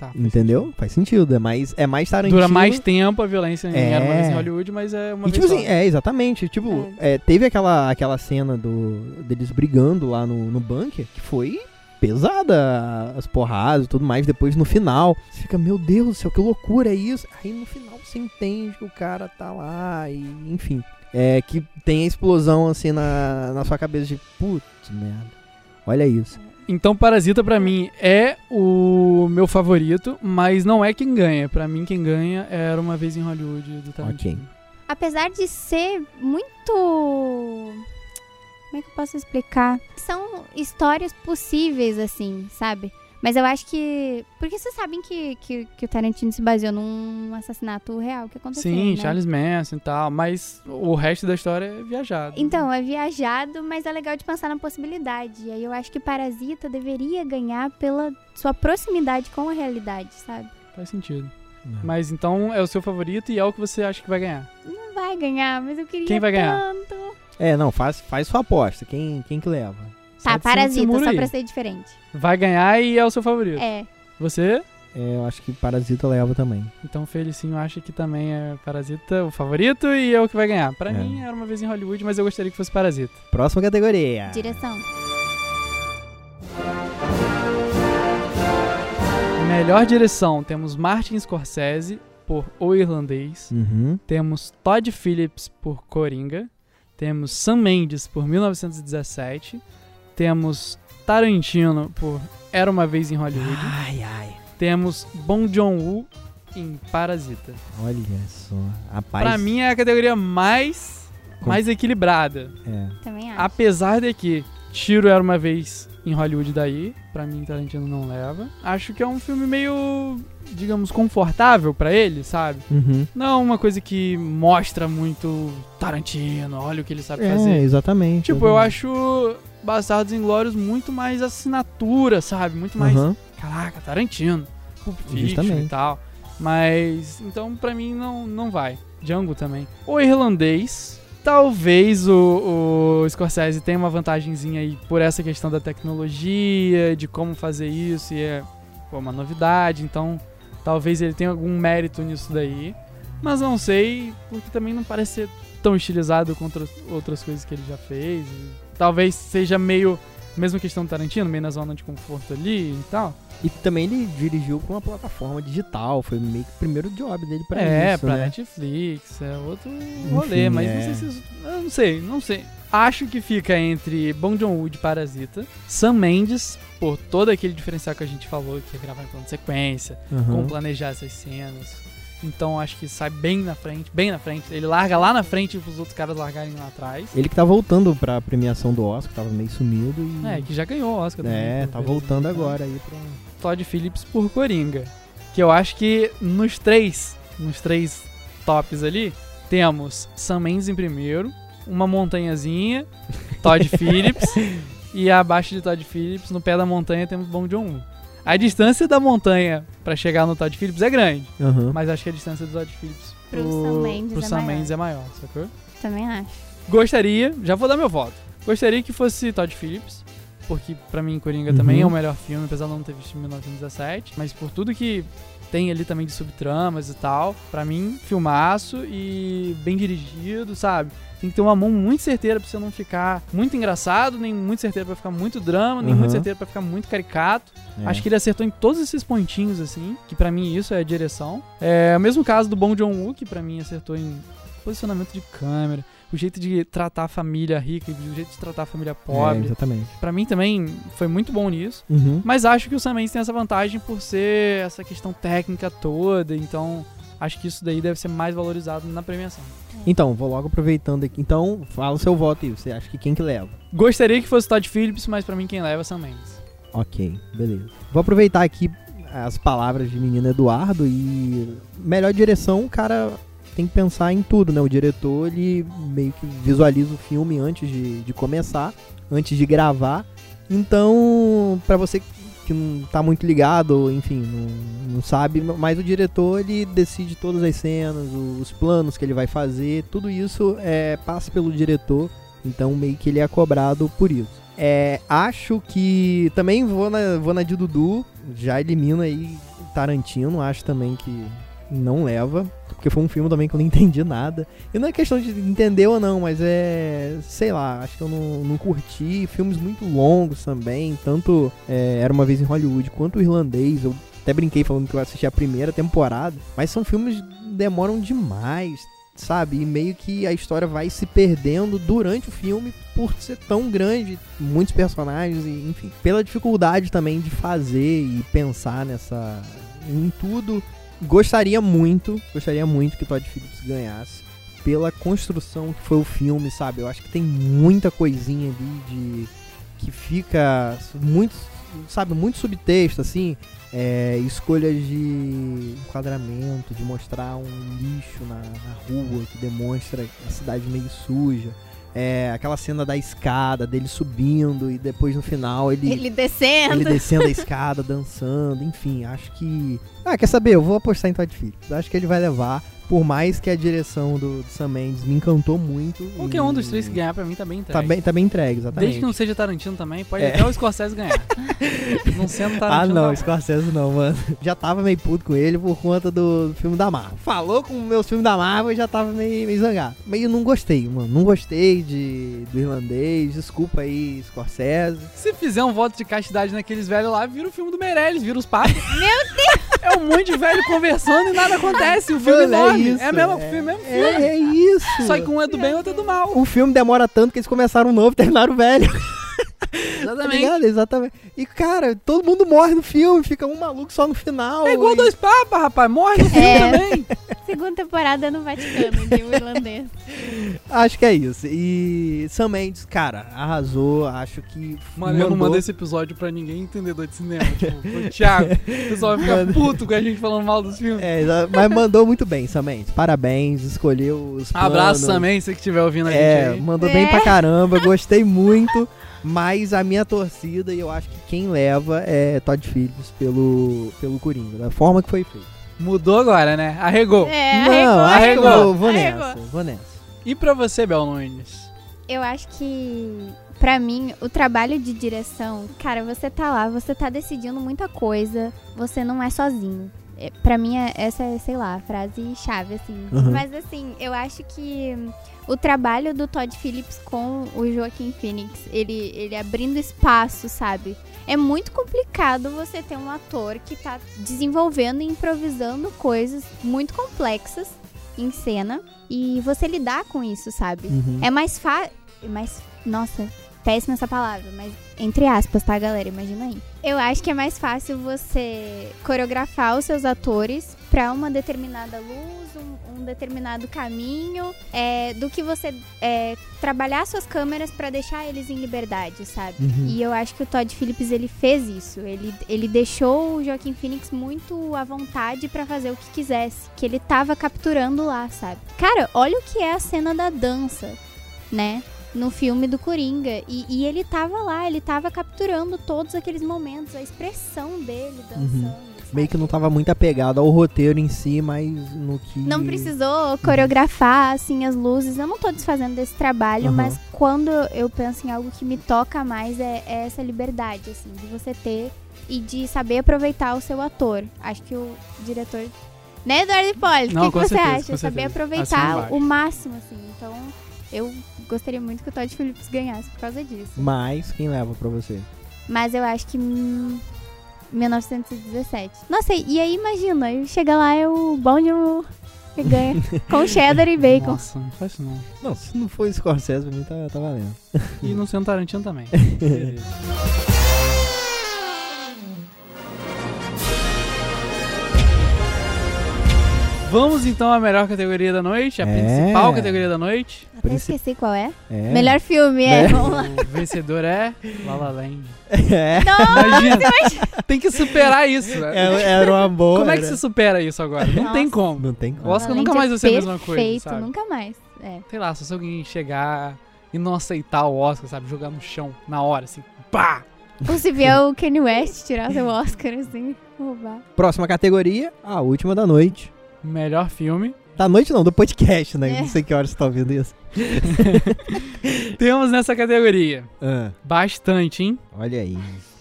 Speaker 2: Tá.
Speaker 1: Entendeu? Faz sentido. É mais, é mais Tarantino.
Speaker 2: Dura mais tempo a violência em
Speaker 1: É.
Speaker 2: Era uma vez em Hollywood, mas é uma
Speaker 1: E,
Speaker 2: vez
Speaker 1: tipo
Speaker 2: só.
Speaker 1: assim, é, exatamente. Tipo, é, teve aquela, aquela cena do, deles brigando lá no, no bunker, que foi pesada as porradas e tudo mais. Depois no final, você fica, meu Deus do céu, que loucura é isso? Aí no final você entende que o cara tá lá e, enfim. É, que tem a explosão assim na, na sua cabeça de, putz, merda. Olha isso.
Speaker 2: Então Parasita pra mim é o meu favorito, mas não é quem ganha. Pra mim quem ganha era uma vez em Hollywood do Tarantino.
Speaker 3: Apesar de ser muito. Como é que eu posso explicar? São histórias possíveis, assim, sabe? Mas eu acho que. Porque vocês sabem que, que, que o Tarantino se baseou num assassinato real que aconteceu.
Speaker 2: Sim,
Speaker 3: né?
Speaker 2: Charles Manson e tal, mas o resto da história é viajado.
Speaker 3: Então, é viajado, mas é legal de pensar na possibilidade. E aí eu acho que Parasita deveria ganhar pela sua proximidade com a realidade, sabe?
Speaker 2: Faz sentido. Mas então é o seu favorito e é o que você acha que vai ganhar.
Speaker 3: Não vai ganhar, mas eu queria
Speaker 2: Quem vai ganhar?
Speaker 3: tanto.
Speaker 1: É, não, faz, faz sua aposta. Quem, quem que leva?
Speaker 2: Sai
Speaker 3: Tá,
Speaker 2: de cima desse
Speaker 3: Parasita,
Speaker 2: muro
Speaker 3: só
Speaker 2: aí.
Speaker 3: pra ser diferente.
Speaker 2: Vai ganhar e é o seu favorito.
Speaker 3: É.
Speaker 2: Você?
Speaker 1: É, eu acho que Parasita leva também.
Speaker 2: Então Felicinho acha que também é Parasita o favorito e é o que vai ganhar. Pra
Speaker 1: É.
Speaker 2: mim era uma vez em Hollywood, mas eu gostaria que fosse Parasita.
Speaker 1: Próxima categoria.
Speaker 3: Direção.
Speaker 2: Melhor direção, temos Martin Scorsese por O Irlandês,
Speaker 1: Uhum.
Speaker 2: temos Todd Phillips por Coringa, temos Sam Mendes por 1917, temos
Speaker 1: Ah.
Speaker 2: Tarantino por Era Uma Vez em Hollywood,
Speaker 1: Ai, ai.
Speaker 2: temos Bong Joon-woo em Parasita.
Speaker 1: Olha só. Rapaz.
Speaker 2: Pra mim é a categoria mais,
Speaker 1: Com-
Speaker 2: mais equilibrada.
Speaker 1: É.
Speaker 3: Também acho.
Speaker 2: Apesar de que Tiro Era Uma Vez em Hollywood daí, pra mim Tarantino não leva. Acho que é um filme meio, digamos, confortável pra ele, sabe?
Speaker 1: Uhum.
Speaker 2: Não uma coisa que mostra muito Tarantino, olha o que ele sabe fazer.
Speaker 1: É, exatamente.
Speaker 2: Tipo, eu acho Bastardos Inglórios muito mais assinatura, sabe? Muito mais,
Speaker 1: Aham.
Speaker 2: caraca, Tarantino, Pulp Fiction
Speaker 1: Justamente.
Speaker 2: e tal. Mas, então, pra mim, não, não vai. Django também. O Irlandês, talvez o, o Scorsese tenha uma vantagenzinha aí por essa questão da tecnologia, de como fazer isso, e é pô, uma novidade, então talvez ele tenha algum mérito nisso daí. Mas não sei, porque também não parece ser tão estilizado contra outras coisas que ele já fez. e Talvez seja meio. Mesma questão do Tarantino, meio na zona de conforto ali e tal.
Speaker 1: E também ele dirigiu pra uma plataforma digital. Foi meio que o primeiro job dele pra
Speaker 2: é,
Speaker 1: isso,
Speaker 2: pra
Speaker 1: né?
Speaker 2: Netflix, é outro rolê, mas
Speaker 1: é.
Speaker 2: não sei se isso. Eu não sei, não sei. Acho que fica entre Bong Joon-ho de Parasita, Sam Mendes, por todo aquele diferencial que a gente falou, que é gravar em plano de sequência, como
Speaker 1: Aham.
Speaker 2: planejar essas cenas. Então acho que sai bem na frente, bem na frente. Ele larga lá na frente pros outros caras largarem lá atrás.
Speaker 1: Ele que tá voltando pra premiação do Oscar, tava meio sumido e.
Speaker 2: É, que já ganhou o Oscar
Speaker 1: Hum. É,
Speaker 2: também, por
Speaker 1: tá
Speaker 2: vezes,
Speaker 1: voltando
Speaker 2: então.
Speaker 1: agora aí pra.
Speaker 2: Todd Phillips por Coringa. Que eu acho que nos três, nos três tops ali, temos Sam Mendes em primeiro, uma montanhazinha, Todd Phillips, e abaixo de Todd Phillips, no pé da montanha, temos Bong Joon-ho. A distância da montanha pra chegar no Todd Phillips é grande,
Speaker 1: Aham.
Speaker 2: mas acho que a distância do Todd Phillips
Speaker 3: Pro Sam Mendes
Speaker 2: pro
Speaker 3: é
Speaker 2: Sam
Speaker 3: maior.
Speaker 2: Mendes é maior, sacou?
Speaker 3: Também acho.
Speaker 2: Gostaria, já vou dar meu voto. Gostaria que fosse Todd Phillips, porque pra mim Coringa
Speaker 1: Uhum.
Speaker 2: também é o melhor filme, apesar de eu não ter visto em 1917, mas por tudo que tem ali também de subtramas e tal, pra mim, filmaço e bem dirigido, sabe? Tem que ter uma mão muito certeira pra você não ficar muito engraçado, nem muito certeira pra ficar muito drama, nem
Speaker 1: Uhum.
Speaker 2: muito certeira pra ficar muito caricato.
Speaker 1: É.
Speaker 2: Acho que ele acertou em todos esses pontinhos, assim, que pra mim isso é a direção. É o mesmo caso do Bong Joon-woo, que pra mim acertou em posicionamento de câmera, o jeito de tratar a família rica, e o jeito de tratar a família
Speaker 1: É,
Speaker 2: pobre.
Speaker 1: exatamente.
Speaker 2: Pra mim também foi muito bom nisso.
Speaker 1: Uhum.
Speaker 2: Mas acho que o Sam Mendes tem essa vantagem por ser essa questão técnica toda, então acho que isso daí deve ser mais valorizado na premiação.
Speaker 1: Então, vou logo aproveitando aqui. Então, fala o seu voto aí. Você acha que quem que leva?
Speaker 2: Gostaria que fosse Todd Phillips, mas pra mim quem leva é Sam Mendes.
Speaker 1: Ok, beleza. Vou aproveitar aqui eh, as palavras de menino Eduardo e melhor direção, o cara tem que pensar em tudo, né? O diretor, ele meio que visualiza o filme antes de, de começar, antes de gravar. Então, pra você que não tá muito ligado, ou, enfim, não, não sabe, mas o diretor, ele decide todas as cenas, o- os planos que ele vai fazer, tudo isso é, passa pelo diretor, então meio que ele é cobrado por isso. É, acho que também vou na, vou na de Dudu, já elimina aí Tarantino, acho também que não leva, porque foi um filme também que eu não entendi nada. E não é questão de entender ou não, mas é, sei lá, acho que eu não, não curti. Filmes muito longos também, tanto é, Era Uma Vez em Hollywood quanto o Irlandês, eu até brinquei falando que eu assisti a primeira temporada, mas são filmes que demoram demais, sabe? E meio que a história vai se perdendo durante o filme por ser tão grande, muitos personagens, e, enfim, pela dificuldade também de fazer e pensar nessa em um tudo. Gostaria muito, gostaria muito que Todd Phillips ganhasse pela construção que foi o filme, sabe? Eu acho que tem muita coisinha ali de que fica muito, sabe, muito subtexto assim, é, escolhas de enquadramento, de mostrar um lixo na, na rua que demonstra a cidade meio suja. É, aquela cena da escada, dele subindo e depois no final ele,
Speaker 3: Ele descendo.
Speaker 1: ele descendo a escada, dançando, enfim, acho que. Ah, quer saber? Eu vou apostar em Todd Phillips. Acho que ele vai levar, por mais que a direção do, do Sam Mendes me encantou muito.
Speaker 2: Qualquer
Speaker 1: e-
Speaker 2: um dos três que ganhar pra mim tá bem entregue.
Speaker 1: Tá bem, tá bem entregue, exatamente.
Speaker 2: Desde que não seja Tarantino também, pode
Speaker 1: É.
Speaker 2: até o Scorsese ganhar. não sendo
Speaker 1: Ah,
Speaker 2: Tarantino.
Speaker 1: não,
Speaker 2: tá
Speaker 1: Scorsese não, mano. Já tava meio puto com ele por conta do filme da Marvel. Falou com meus filmes da Marvel, eu já tava meio, meio zangado. Meio não gostei, mano. Não gostei de, do irlandês. Desculpa aí, Scorsese.
Speaker 2: Se fizer um voto de castidade naqueles velhos lá, vira o filme do Meirelles, vira os papos. Meu Deus! É um monte de velho conversando e nada acontece. O filme
Speaker 1: Mano,
Speaker 2: enorme.
Speaker 1: isso,
Speaker 2: É, a mesma- o filme é mesmo
Speaker 1: É, é isso.
Speaker 2: Só que um é do bem e outro é do mal.
Speaker 1: O filme demora tanto que eles começaram um novo e terminaram o velho. Tá ligado? Exatamente. E, cara, todo mundo morre no filme, fica um maluco só no final.
Speaker 2: É igual
Speaker 1: e-
Speaker 2: dois papas, rapaz. Morre no filme
Speaker 3: É.
Speaker 2: também.
Speaker 3: Segunda temporada no Vaticano, de um irlandês.
Speaker 1: Acho que é isso. E Sam Mendes, cara, arrasou. Acho que.
Speaker 2: Mano, eu não
Speaker 1: mandou-
Speaker 2: mandei esse episódio pra ninguém entendedor de cinema. Tipo, o Thiago, o pessoal vai ficar puto com a gente falando mal dos filmes.
Speaker 1: É, exa- mas mandou muito bem, Sam Mendes. Parabéns, escolheu os planos.
Speaker 2: Abraço também, você que estiver ouvindo a gente
Speaker 1: É,
Speaker 2: aí.
Speaker 1: mandou bem
Speaker 3: É.
Speaker 1: pra caramba, gostei muito. Mas a minha torcida, e eu acho que quem leva é Todd Phillips pelo, pelo Coringa, da forma que foi feito.
Speaker 2: Mudou agora, né? Arregou.
Speaker 3: É,
Speaker 1: não,
Speaker 2: arregou,
Speaker 1: arregou, vou
Speaker 3: arregou.
Speaker 1: nessa, vou nessa.
Speaker 2: E pra você, Bel Nunes?
Speaker 3: Eu acho que, pra mim, o trabalho de direção, cara, você tá lá, você tá decidindo muita coisa, você não é sozinho. É, Pra mim, é- essa é, sei lá, a frase chave, assim.
Speaker 1: Uhum.
Speaker 3: Mas, assim, eu acho que hum, o trabalho do Todd Phillips com o Joaquim Phoenix, ele, ele abrindo espaço, sabe? É muito complicado você ter um ator que tá desenvolvendo e improvisando coisas muito complexas em cena e você lidar com isso, sabe?
Speaker 1: Uhum.
Speaker 3: É mais fácil. Mais. Nossa, péssima essa palavra, mas entre aspas, tá, galera? Imagina aí. Eu acho que é mais fácil você coreografar os seus atores pra uma determinada luz, um, um determinado caminho, é, do que você é, trabalhar suas câmeras pra deixar eles em liberdade, sabe?
Speaker 1: Uhum.
Speaker 3: E eu acho que o Todd Phillips ele fez isso. Ele, ele deixou o Joaquim Phoenix muito à vontade pra fazer o que quisesse, que ele tava capturando lá, sabe? Cara, olha o que é a cena da dança, né? No filme do Coringa. E, e ele tava lá, ele tava capturando todos aqueles momentos, a expressão dele dançando. sabe?
Speaker 1: Uhum. Meio que não tava muito apegado ao roteiro em si, mas no que.
Speaker 3: Não precisou coreografar, assim, as luzes. Eu não tô desfazendo desse trabalho,
Speaker 1: Aham.
Speaker 3: mas quando eu penso em algo que me toca mais, é, é essa liberdade, assim, de você ter e de saber aproveitar o seu ator. Acho que o diretor. Né, Eduardo Hipólito? O
Speaker 2: Não,
Speaker 3: que, que
Speaker 2: com
Speaker 3: você
Speaker 2: certeza,
Speaker 3: acha?
Speaker 2: com certeza.
Speaker 3: Saber
Speaker 2: Assina
Speaker 3: aproveitar
Speaker 2: embaixo.
Speaker 3: o máximo, assim. Então, eu gostaria muito que o Todd Phillips ganhasse por causa disso.
Speaker 1: Mas quem leva pra você?
Speaker 3: Mas eu acho que. hum, 1917. Nossa, e aí imagina, eu- chega lá é o Bond que ganha. com cheddar e bacon.
Speaker 2: Nossa, não faz isso não.
Speaker 1: Não, se não for Scorsese, pra mim tá, tá valendo.
Speaker 2: E no seu Tarantino também. Beleza. Vamos então à melhor categoria da noite, a
Speaker 1: É.
Speaker 2: principal categoria da noite.
Speaker 3: Até
Speaker 1: Princi-
Speaker 3: esqueci qual é.
Speaker 1: É.
Speaker 3: Melhor filme, é.
Speaker 1: Né?
Speaker 3: Vamos lá.
Speaker 2: O vencedor é La La Land.
Speaker 1: É,
Speaker 2: Imagina, tem que superar isso. né?
Speaker 1: é- era uma boa.
Speaker 2: como é que
Speaker 1: era-
Speaker 2: se supera isso agora? Não
Speaker 3: Nossa.
Speaker 2: tem como.
Speaker 1: Não tem
Speaker 2: O
Speaker 1: como.
Speaker 2: Oscar nunca mais vai ser a mesma coisa,
Speaker 3: Perfeito,
Speaker 2: sabe?
Speaker 3: nunca mais. É.
Speaker 2: Sei lá, só se alguém chegar e não aceitar o Oscar, sabe? Jogar no chão, na hora, assim, pá!
Speaker 3: Ou se vier o Kanye West tirar seu Oscar, assim, roubar.
Speaker 1: Próxima categoria, a última da noite.
Speaker 2: Melhor filme.
Speaker 1: Da noite não, do podcast, né?
Speaker 3: É.
Speaker 1: Não sei que hora você tá ouvindo isso.
Speaker 2: Temos nessa categoria.
Speaker 1: Ah,
Speaker 2: Bastante, hein?
Speaker 1: olha aí.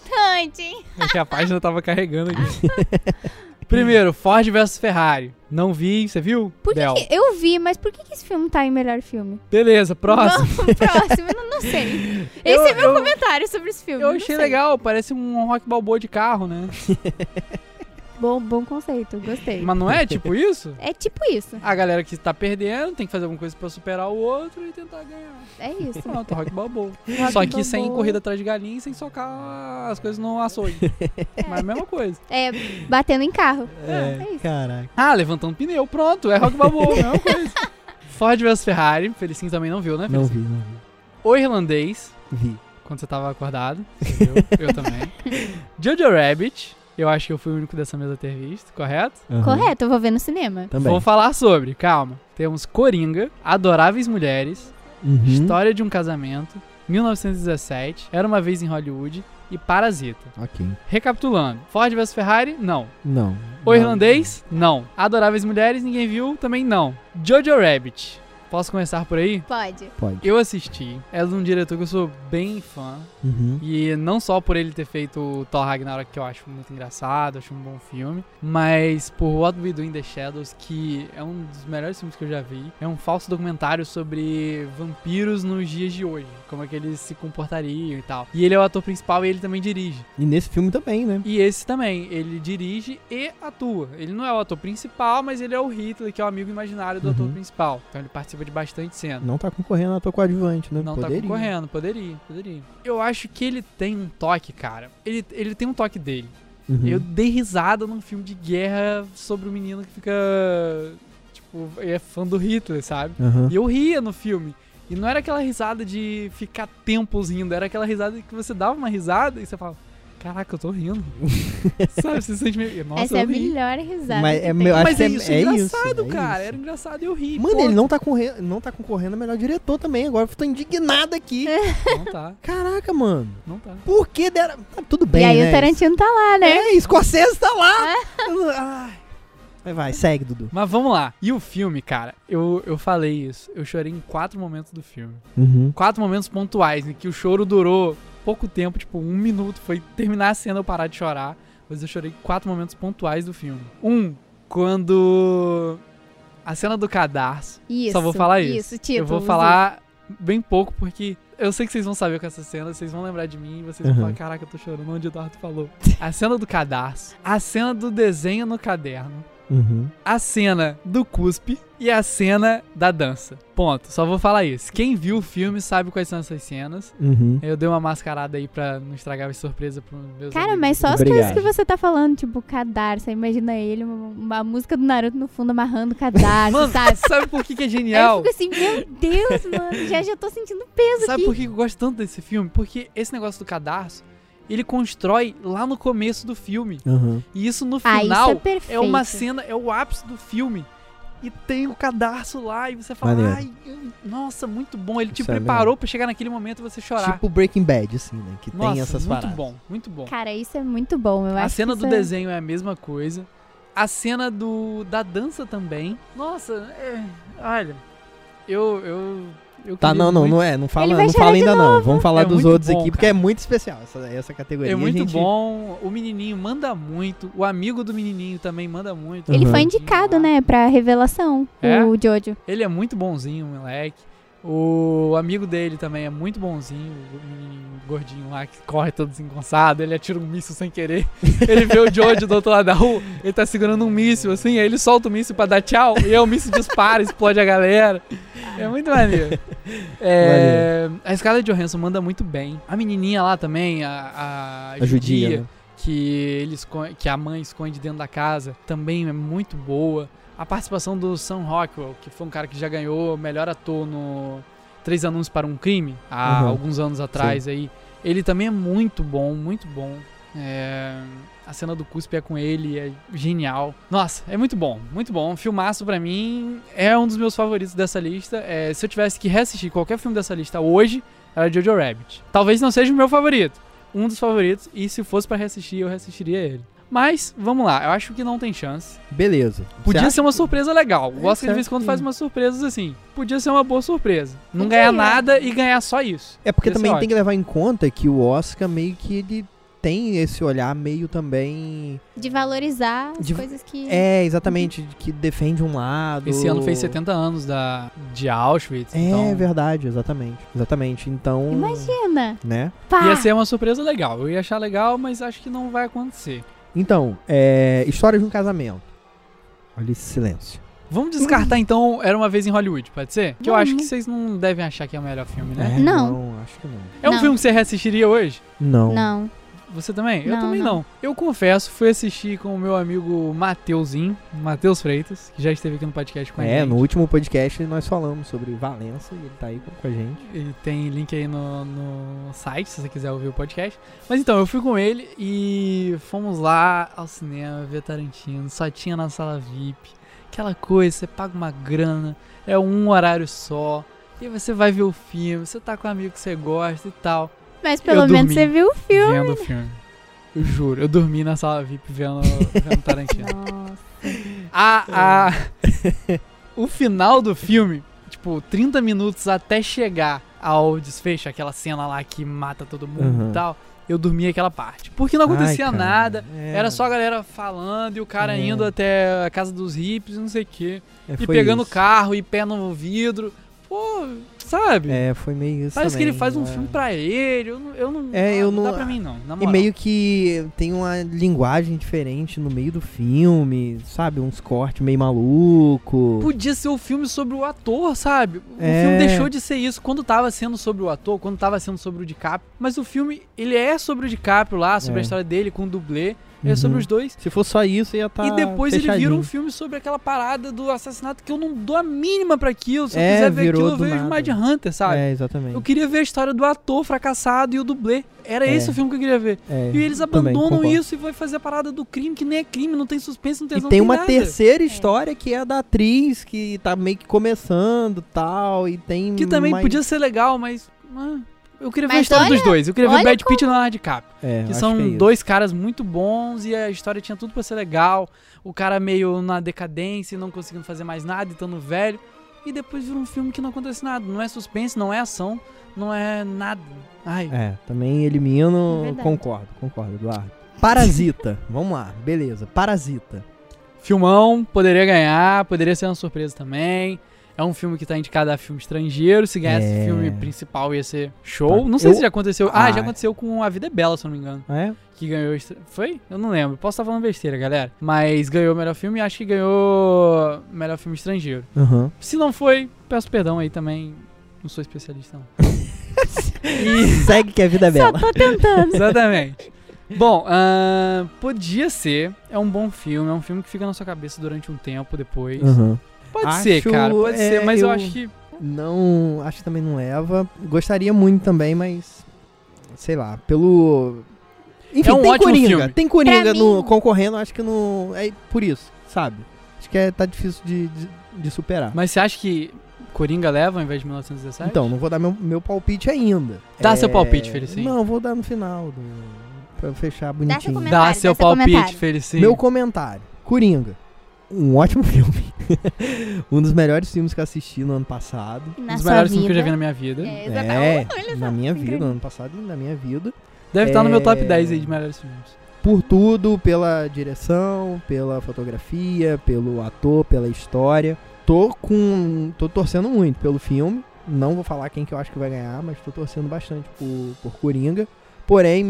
Speaker 3: Tante!
Speaker 2: Acho que a página tava carregando aqui. Primeiro, Ford vs Ferrari. Não vi, você viu?
Speaker 3: Por que
Speaker 2: Del.
Speaker 3: que- eu vi, mas por que, que esse filme tá em melhor filme?
Speaker 2: Beleza, próximo.
Speaker 3: Vamos, próximo, eu não, não sei. Esse é meu
Speaker 2: eu,
Speaker 3: comentário sobre esse filme.
Speaker 2: eu
Speaker 3: não
Speaker 2: achei
Speaker 3: sei.
Speaker 2: legal, parece um rock balboa de carro, né?
Speaker 3: Bom, bom conceito, gostei.
Speaker 2: Mas não é tipo isso?
Speaker 3: É tipo isso,
Speaker 2: A galera que tá perdendo tem que fazer alguma coisa pra superar o outro e tentar ganhar.
Speaker 3: é isso.
Speaker 2: Pronto, rock balboa.
Speaker 3: Rock
Speaker 2: Só que sem
Speaker 3: Balboa.
Speaker 2: corrida atrás de galinha e sem socar as coisas no açougue. Mas é a mesma coisa.
Speaker 3: É, batendo em carro.
Speaker 1: É,
Speaker 3: é isso.
Speaker 1: caraca.
Speaker 2: Ah, levantando pneu, pronto, é rock balboa, mesma coisa. Ford vs Ferrari, Felicinho também não viu, né?
Speaker 1: Não
Speaker 2: Felicinho?
Speaker 1: vi, não vi.
Speaker 2: O Irlandês,
Speaker 1: Vi.
Speaker 2: quando você tava acordado, você viu, eu também. Jojo Rabbit, eu acho que eu fui o único dessa mesa a ter visto, correto?
Speaker 1: Aham.
Speaker 3: Correto, eu vou ver no cinema.
Speaker 1: Também.
Speaker 2: Vamos falar sobre, calma. Temos Coringa, Adoráveis Mulheres,
Speaker 1: Uhum.
Speaker 2: História de um Casamento, 1917, Era Uma Vez em Hollywood e Parasita.
Speaker 1: Ok.
Speaker 2: Recapitulando, Ford vs Ferrari, não.
Speaker 1: Não.
Speaker 2: O
Speaker 1: Não.
Speaker 2: Irlandês, não. Adoráveis Mulheres, ninguém viu, também não. Jojo Rabbit. Posso começar por aí?
Speaker 3: Pode.
Speaker 1: Pode.
Speaker 2: Eu assisti. É de um diretor que eu sou bem fã.
Speaker 1: Uhum.
Speaker 2: E não só por ele ter feito o Thor Ragnarok, que eu acho muito engraçado, acho um bom filme, mas por What We Do in the Shadows, que é um dos melhores filmes que eu já vi. É um falso documentário sobre vampiros nos dias de hoje, como é que eles se comportariam e tal. E ele é o ator principal e ele também dirige.
Speaker 1: E nesse filme também, né?
Speaker 2: E esse também, ele dirige e atua. Ele não é o ator principal, mas ele é o Hitler, que é o amigo imaginário do ator
Speaker 1: Uhum.
Speaker 2: principal. Então ele participa participa de bastante cena.
Speaker 1: Não tá concorrendo a tua coadjuvante, né?
Speaker 2: Não
Speaker 1: Poderia.
Speaker 2: tá concorrendo, poderia, poderia. Eu acho que ele tem um toque, cara. Ele, ele tem um toque dele.
Speaker 1: Uhum.
Speaker 2: Eu dei risada num filme de guerra sobre o um menino que fica. Tipo, é fã do Hitler, sabe?
Speaker 1: Aham.
Speaker 2: E eu ria no filme. E não era aquela risada de ficar tempos rindo, era aquela risada que você dava uma risada e você fala. Caraca, eu tô rindo. Sabe, você se sente meio. Nossa,
Speaker 3: Essa
Speaker 2: eu
Speaker 3: é a
Speaker 2: ri.
Speaker 3: melhor risada.
Speaker 1: Mas
Speaker 3: que
Speaker 1: é
Speaker 3: tem.
Speaker 1: meu- acho
Speaker 2: Mas
Speaker 1: que
Speaker 2: é
Speaker 1: é,
Speaker 2: isso,
Speaker 1: é isso,
Speaker 2: engraçado,
Speaker 1: é
Speaker 2: cara.
Speaker 1: isso.
Speaker 2: Era engraçado e eu ri.
Speaker 1: Mano,
Speaker 2: pô.
Speaker 1: ele não tá, correndo, não tá concorrendo a melhor diretor também. Agora eu tô indignado aqui.
Speaker 2: Não tá,
Speaker 1: Caraca, mano.
Speaker 2: não tá.
Speaker 1: Por que deram. Ah, tudo bem.
Speaker 3: E aí
Speaker 1: né?
Speaker 3: o Tarantino tá lá, né?
Speaker 1: É, Scorsese tá lá.
Speaker 2: É.
Speaker 1: Ai. Vai, vai, segue, Dudu.
Speaker 2: Mas vamos lá. E o filme, cara, eu, eu falei isso. Eu chorei em quatro momentos do filme.
Speaker 1: Uhum.
Speaker 2: Quatro momentos pontuais, em que o choro durou pouco tempo, tipo um minuto. Foi terminar a cena eu parar de chorar. Mas eu chorei em quatro momentos pontuais do filme. Um, quando. A cena do cadarço.
Speaker 3: Isso.
Speaker 2: Só vou falar isso.
Speaker 3: Isso, tipo, título.
Speaker 2: eu vou falar bem pouco, porque eu sei que vocês vão saber com essa cena, vocês vão lembrar de mim e vocês
Speaker 1: Uhum.
Speaker 2: vão falar: caraca, eu tô chorando onde o Eduardo falou. A cena do cadarço. A cena do desenho no caderno
Speaker 1: Uhum.
Speaker 2: a cena do cuspe e a cena da dança. Ponto. Só vou falar isso. Quem viu o filme sabe quais são essas cenas.
Speaker 1: Uhum.
Speaker 2: Eu dei uma mascarada aí pra não estragar a surpresa pros meus
Speaker 3: Cara,
Speaker 2: amigos.
Speaker 3: mas só as
Speaker 1: Obrigado.
Speaker 3: coisas que você tá falando, tipo, cadarço, aí imagina ele, uma, uma música do Naruto no fundo amarrando o cadarço,
Speaker 2: Mano,
Speaker 3: sabe?
Speaker 2: sabe por que, que é
Speaker 3: Aí eu
Speaker 2: genial?
Speaker 3: fico assim, meu Deus, mano, já, já tô sentindo peso
Speaker 2: Sabe
Speaker 3: aqui.
Speaker 2: por que eu gosto tanto desse filme? Porque esse negócio do cadarço, ele constrói lá no começo do filme.
Speaker 1: Uhum.
Speaker 2: E isso no
Speaker 3: Ah, isso é
Speaker 2: final
Speaker 3: perfeito.
Speaker 2: é uma cena, é o ápice do filme. E tem o cadarço lá, e você fala,
Speaker 1: Maneiro.
Speaker 2: ai, nossa, muito bom. Ele te
Speaker 1: Isso é
Speaker 2: preparou pra chegar naquele momento e você chorar.
Speaker 1: Tipo Breaking Bad, assim, né? Que tem
Speaker 2: Nossa,
Speaker 1: essas
Speaker 2: muito
Speaker 1: paradas.
Speaker 2: bom, muito bom.
Speaker 3: Cara, isso é muito bom, eu
Speaker 2: a
Speaker 3: acho
Speaker 2: cena
Speaker 3: que
Speaker 2: do
Speaker 3: isso é-
Speaker 2: desenho é a mesma coisa. A cena do da dança também. Nossa, é, olha, eu eu eu
Speaker 1: Tá,
Speaker 2: queria
Speaker 1: não, não,
Speaker 2: muito-
Speaker 1: não é. Não
Speaker 3: Ele
Speaker 1: fala,
Speaker 3: vai
Speaker 1: não
Speaker 3: chorar
Speaker 1: fala
Speaker 3: de
Speaker 1: ainda, não.
Speaker 3: novo.
Speaker 1: Vamos falar
Speaker 2: É
Speaker 1: dos
Speaker 2: muito
Speaker 1: outros
Speaker 2: bom,
Speaker 1: aqui, porque é muito especial essa, essa categoria.
Speaker 2: É muito
Speaker 1: a gente...
Speaker 2: bom. O menininho manda muito. O amigo do menininho também manda muito.
Speaker 3: Ele
Speaker 1: Uhum.
Speaker 3: foi indicado, né, pra revelação,
Speaker 2: É?
Speaker 3: o Jojo.
Speaker 2: Ele é muito bonzinho, o moleque. O amigo dele também é muito bonzinho, o menininho gordinho lá que corre todo desengonçado, ele atira um míssil sem querer. Ele vê o Jojo do outro lado da rua, ele tá segurando um míssil assim, aí ele solta o míssil pra dar tchau, e aí o míssil dispara, explode a galera. É muito maneiro. É, a escala de Johansson manda muito bem. A menininha lá também, a, a,
Speaker 1: A judia, né?
Speaker 2: que, ele esco- que a mãe esconde dentro da casa, também é muito boa. A participação do Sam Rockwell, que foi um cara que já ganhou melhor ator no Três Anúncios para um Crime, há
Speaker 1: Uhum.
Speaker 2: alguns anos atrás aí. Ele também é muito bom, muito bom. É, A cena do cuspe é com ele, é genial. Nossa, é muito bom, muito bom. Um filmaço pra mim, é um dos meus favoritos dessa lista. É, se eu tivesse que reassistir qualquer filme dessa lista hoje, era Jojo Rabbit. Talvez não seja o meu favorito, um dos favoritos, e se fosse pra reassistir, eu reassistiria ele. Mas, vamos lá, eu acho que não tem chance.
Speaker 1: Beleza. Você
Speaker 2: Podia
Speaker 1: acha
Speaker 2: ser uma surpresa legal. O
Speaker 1: É,
Speaker 2: Oscar de
Speaker 1: certo
Speaker 2: vez em quando
Speaker 1: que-
Speaker 2: faz umas surpresas assim. Podia ser uma boa surpresa. Não
Speaker 3: Podia.
Speaker 2: ganhar nada e ganhar só isso.
Speaker 1: É porque
Speaker 2: Esse
Speaker 1: também
Speaker 2: é
Speaker 1: tem que levar em conta que o Oscar meio que ele tem esse olhar meio também.
Speaker 3: De valorizar as
Speaker 1: De-
Speaker 3: coisas que...
Speaker 1: É, exatamente, de que defende um lado.
Speaker 2: Esse ano fez 70 anos da, de Auschwitz.
Speaker 1: É
Speaker 2: então...
Speaker 1: verdade, exatamente. Exatamente. Então.
Speaker 3: Imagina,
Speaker 1: Né?
Speaker 3: pá!
Speaker 2: Ia ser uma surpresa legal. Eu ia achar legal, mas acho que não vai acontecer.
Speaker 1: Então, é, história de um casamento. Olha esse silêncio.
Speaker 2: Vamos descartar então Era Uma Vez em Hollywood, pode ser? Que eu
Speaker 3: Hum. Vamos.
Speaker 2: acho que vocês não devem achar que é o melhor filme, né?
Speaker 1: É,
Speaker 3: Não.
Speaker 1: acho que não.
Speaker 2: É, um
Speaker 3: Não.
Speaker 2: filme que você reassistiria hoje?
Speaker 1: Não.
Speaker 3: Não.
Speaker 2: Você também? eu
Speaker 3: Não,
Speaker 2: também não.
Speaker 3: não.
Speaker 2: Eu confesso, fui assistir com o meu amigo Mateuzinho, Matheus Freitas, que já esteve aqui no podcast com a
Speaker 1: É,
Speaker 2: gente.
Speaker 1: no último podcast nós falamos sobre Valença e ele tá aí com com a gente.
Speaker 2: E tem link aí no, no site, se você quiser ouvir o podcast. Mas então, eu fui com ele e fomos lá ao cinema ver Tarantino. Só tinha na sala VIP. Aquela coisa, você paga uma grana, é um horário só. E você vai ver o filme, você tá com um amigo que você gosta e tal.
Speaker 3: Mas pelo
Speaker 2: dormi.
Speaker 3: menos você viu o filme.
Speaker 2: Vendo o filme. Eu juro, eu dormi na sala VIP vendo, vendo Tarantino.
Speaker 3: Nossa.
Speaker 2: A, a- o final do filme, tipo, 30 minutos até chegar ao desfecho, aquela cena lá que mata todo mundo
Speaker 1: Uhum.
Speaker 2: e tal, eu dormi aquela parte. Porque não acontecia
Speaker 1: Ai, cara,
Speaker 2: nada,
Speaker 1: é.
Speaker 2: era só a galera falando e o cara
Speaker 1: É.
Speaker 2: indo até a casa dos hippies e não sei o quê.
Speaker 1: É,
Speaker 2: E
Speaker 1: foi
Speaker 2: pegando o
Speaker 1: isso.
Speaker 2: carro e pé no vidro. Pô, Sabe?
Speaker 1: É, foi meio isso.
Speaker 2: Parece que ele
Speaker 1: também,
Speaker 2: faz um
Speaker 1: é.
Speaker 2: filme pra ele. Eu não. Eu não
Speaker 1: É, eu
Speaker 2: Dá
Speaker 1: não-
Speaker 2: pra mim, não. Na
Speaker 1: E
Speaker 2: moral.
Speaker 1: meio que tem uma linguagem diferente no meio do filme, sabe? Uns cortes meio maluco.
Speaker 2: Podia ser o filme sobre o ator, sabe? O
Speaker 1: É.
Speaker 2: filme deixou de ser isso quando tava sendo sobre o ator, quando tava sendo sobre o DiCaprio. Mas o filme, ele é sobre o DiCaprio lá, sobre
Speaker 1: É.
Speaker 2: a história dele com o dublê.
Speaker 1: Uhum.
Speaker 2: É sobre os dois.
Speaker 1: Se fosse só isso, ia tá estar.
Speaker 2: e depois ele vira um filme sobre aquela parada do assassinato que eu não dou a mínima pra aquilo. Se
Speaker 1: É,
Speaker 2: eu quiser ver
Speaker 1: virou
Speaker 2: aquilo, eu
Speaker 1: do
Speaker 2: vejo
Speaker 1: nada.
Speaker 2: Mad Hunter, sabe?
Speaker 1: É, exatamente.
Speaker 2: Eu queria ver a história do ator fracassado e o dublê. Era
Speaker 1: É.
Speaker 2: esse o filme que eu queria ver.
Speaker 1: É,
Speaker 2: E eles
Speaker 1: também
Speaker 2: abandonam
Speaker 1: concordo.
Speaker 2: isso e vai fazer a parada do crime, que nem é crime, não tem suspense, não tem
Speaker 1: E
Speaker 2: não
Speaker 1: tem uma
Speaker 2: nada.
Speaker 1: terceira história que é a da atriz, que tá meio que começando tal, e tem.
Speaker 2: Que também
Speaker 1: mais-
Speaker 2: podia ser legal, mas. ah, eu queria ver a
Speaker 3: Mas
Speaker 2: história dos
Speaker 3: olha-
Speaker 2: dois. Eu queria ver o
Speaker 3: olha
Speaker 2: Brad Pitt e o Leonardo DiCaprio.
Speaker 1: É,
Speaker 2: Que
Speaker 1: acho
Speaker 2: são
Speaker 1: é isso.
Speaker 2: dois caras muito bons e a história tinha tudo pra ser legal. O cara meio na decadência, não conseguindo fazer mais nada, e estando velho. E depois vira um filme que não acontece nada. Não é suspense, não é ação, não é nada. Ai,
Speaker 1: É, também elimino.
Speaker 3: É verdade.
Speaker 1: concordo, concordo, Eduardo. Parasita. Vamos lá, beleza. Parasita.
Speaker 2: Filmão, poderia ganhar, poderia ser uma surpresa também. É um filme que tá indicado a filme estrangeiro. Se ganhasse
Speaker 1: É.
Speaker 2: filme principal, ia ser show.
Speaker 1: Tá.
Speaker 2: Não sei
Speaker 1: Eu-
Speaker 2: se já aconteceu. Ah,
Speaker 1: Ah.
Speaker 2: já aconteceu com A Vida é Bela, se eu não me engano.
Speaker 1: É?
Speaker 2: Que ganhou. estra- Foi? Eu não lembro. Posso estar falando besteira, galera. Mas ganhou o melhor filme e acho que ganhou melhor filme estrangeiro.
Speaker 1: Aham.
Speaker 2: Se não foi, peço perdão aí também. Não sou especialista, não. E-
Speaker 1: Segue que a vida é
Speaker 3: Só
Speaker 1: bela.
Speaker 3: tô tentando.
Speaker 2: Exatamente. Bom, ahn, podia ser. É um bom filme. É um filme que fica na sua cabeça durante um tempo depois.
Speaker 1: Aham.
Speaker 2: Pode
Speaker 1: Acho,
Speaker 2: ser, cara, pode
Speaker 1: é,
Speaker 2: ser, mas eu...
Speaker 1: eu-
Speaker 2: acho que.
Speaker 1: Não, acho que também não leva. Gostaria muito também, mas sei lá, pelo Enfim,
Speaker 2: É um
Speaker 1: tem
Speaker 2: ótimo
Speaker 1: Coringa,
Speaker 2: filme.
Speaker 1: tem Coringa
Speaker 3: Pra
Speaker 1: no-
Speaker 3: mim-
Speaker 1: concorrendo, acho que não é por isso, sabe? Acho que é, tá difícil de, de, de superar.
Speaker 2: Mas você acha que Coringa leva ao invés de 1917?
Speaker 1: Então, não vou dar meu, meu palpite ainda. É,
Speaker 2: Dá seu palpite, Felicinho.
Speaker 1: Não, vou dar no final, do, pra eu fechar
Speaker 3: Dá
Speaker 1: bonitinho.
Speaker 3: seu comentário.
Speaker 2: Dá seu
Speaker 3: dá seu
Speaker 2: palpite,
Speaker 3: comentário.
Speaker 2: Felicinho. Um
Speaker 1: Meu comentário. Coringa. Um ótimo filme. um dos melhores filmes que eu assisti no ano passado.
Speaker 2: Um
Speaker 3: Na
Speaker 2: dos
Speaker 3: sua
Speaker 2: melhores filmes
Speaker 3: vida.
Speaker 2: que eu já vi na minha vida.
Speaker 3: É, exata-
Speaker 1: É,
Speaker 3: Olha só,
Speaker 1: na minha
Speaker 3: incrível.
Speaker 1: vida, no ano passado e na minha vida.
Speaker 2: Deve estar no meu top
Speaker 1: É.
Speaker 2: 10 aí de melhores filmes.
Speaker 1: Por tudo, pela direção, pela fotografia, pelo ator, pela história. Tô com. tô torcendo muito pelo filme. Não vou falar quem que eu acho que vai ganhar, mas tô torcendo bastante por, por Coringa. Porém,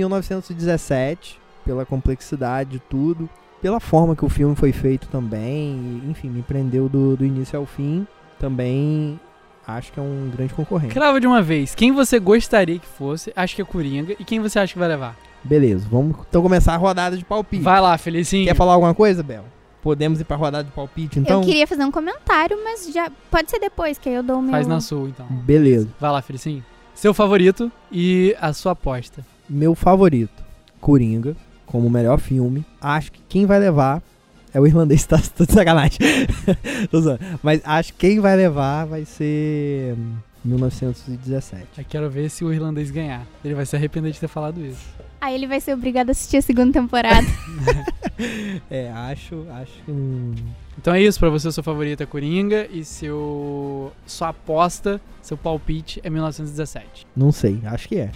Speaker 1: 1917, pela complexidade de tudo, pela forma que o filme foi feito também, e, enfim, me prendeu do, do início ao fim. Também acho que é um grande concorrente.
Speaker 2: Crava de uma vez. Quem você gostaria que fosse, acho que é Coringa. E quem você acha que vai levar?
Speaker 1: Beleza, vamos então começar a rodada de palpite.
Speaker 2: Vai lá, Felicinho.
Speaker 1: Quer falar alguma coisa, Bel? Podemos ir pra rodada de palpite, então?
Speaker 3: Eu queria fazer um comentário, mas já pode ser depois, que aí eu dou o meu...
Speaker 2: Faz na sua, então.
Speaker 1: Beleza.
Speaker 2: Vai lá, Felicinho. Seu favorito e a sua aposta.
Speaker 1: Meu favorito, Coringa, como o melhor filme. Acho que quem vai levar é o irlandês, tá, tô de sacanagem. Tô zoando. Mas acho que quem vai levar vai ser hum, 1917.
Speaker 2: Eu quero ver se o irlandês ganhar. Ele vai se arrepender de ter falado isso.
Speaker 3: Aí ele vai ser obrigado a assistir a segunda temporada.
Speaker 2: né?
Speaker 1: É, acho, acho que... hum,
Speaker 2: Então é isso, pra você, seu favorito é Coringa e seu sua aposta, seu palpite é 1917.
Speaker 1: Não sei, acho que é.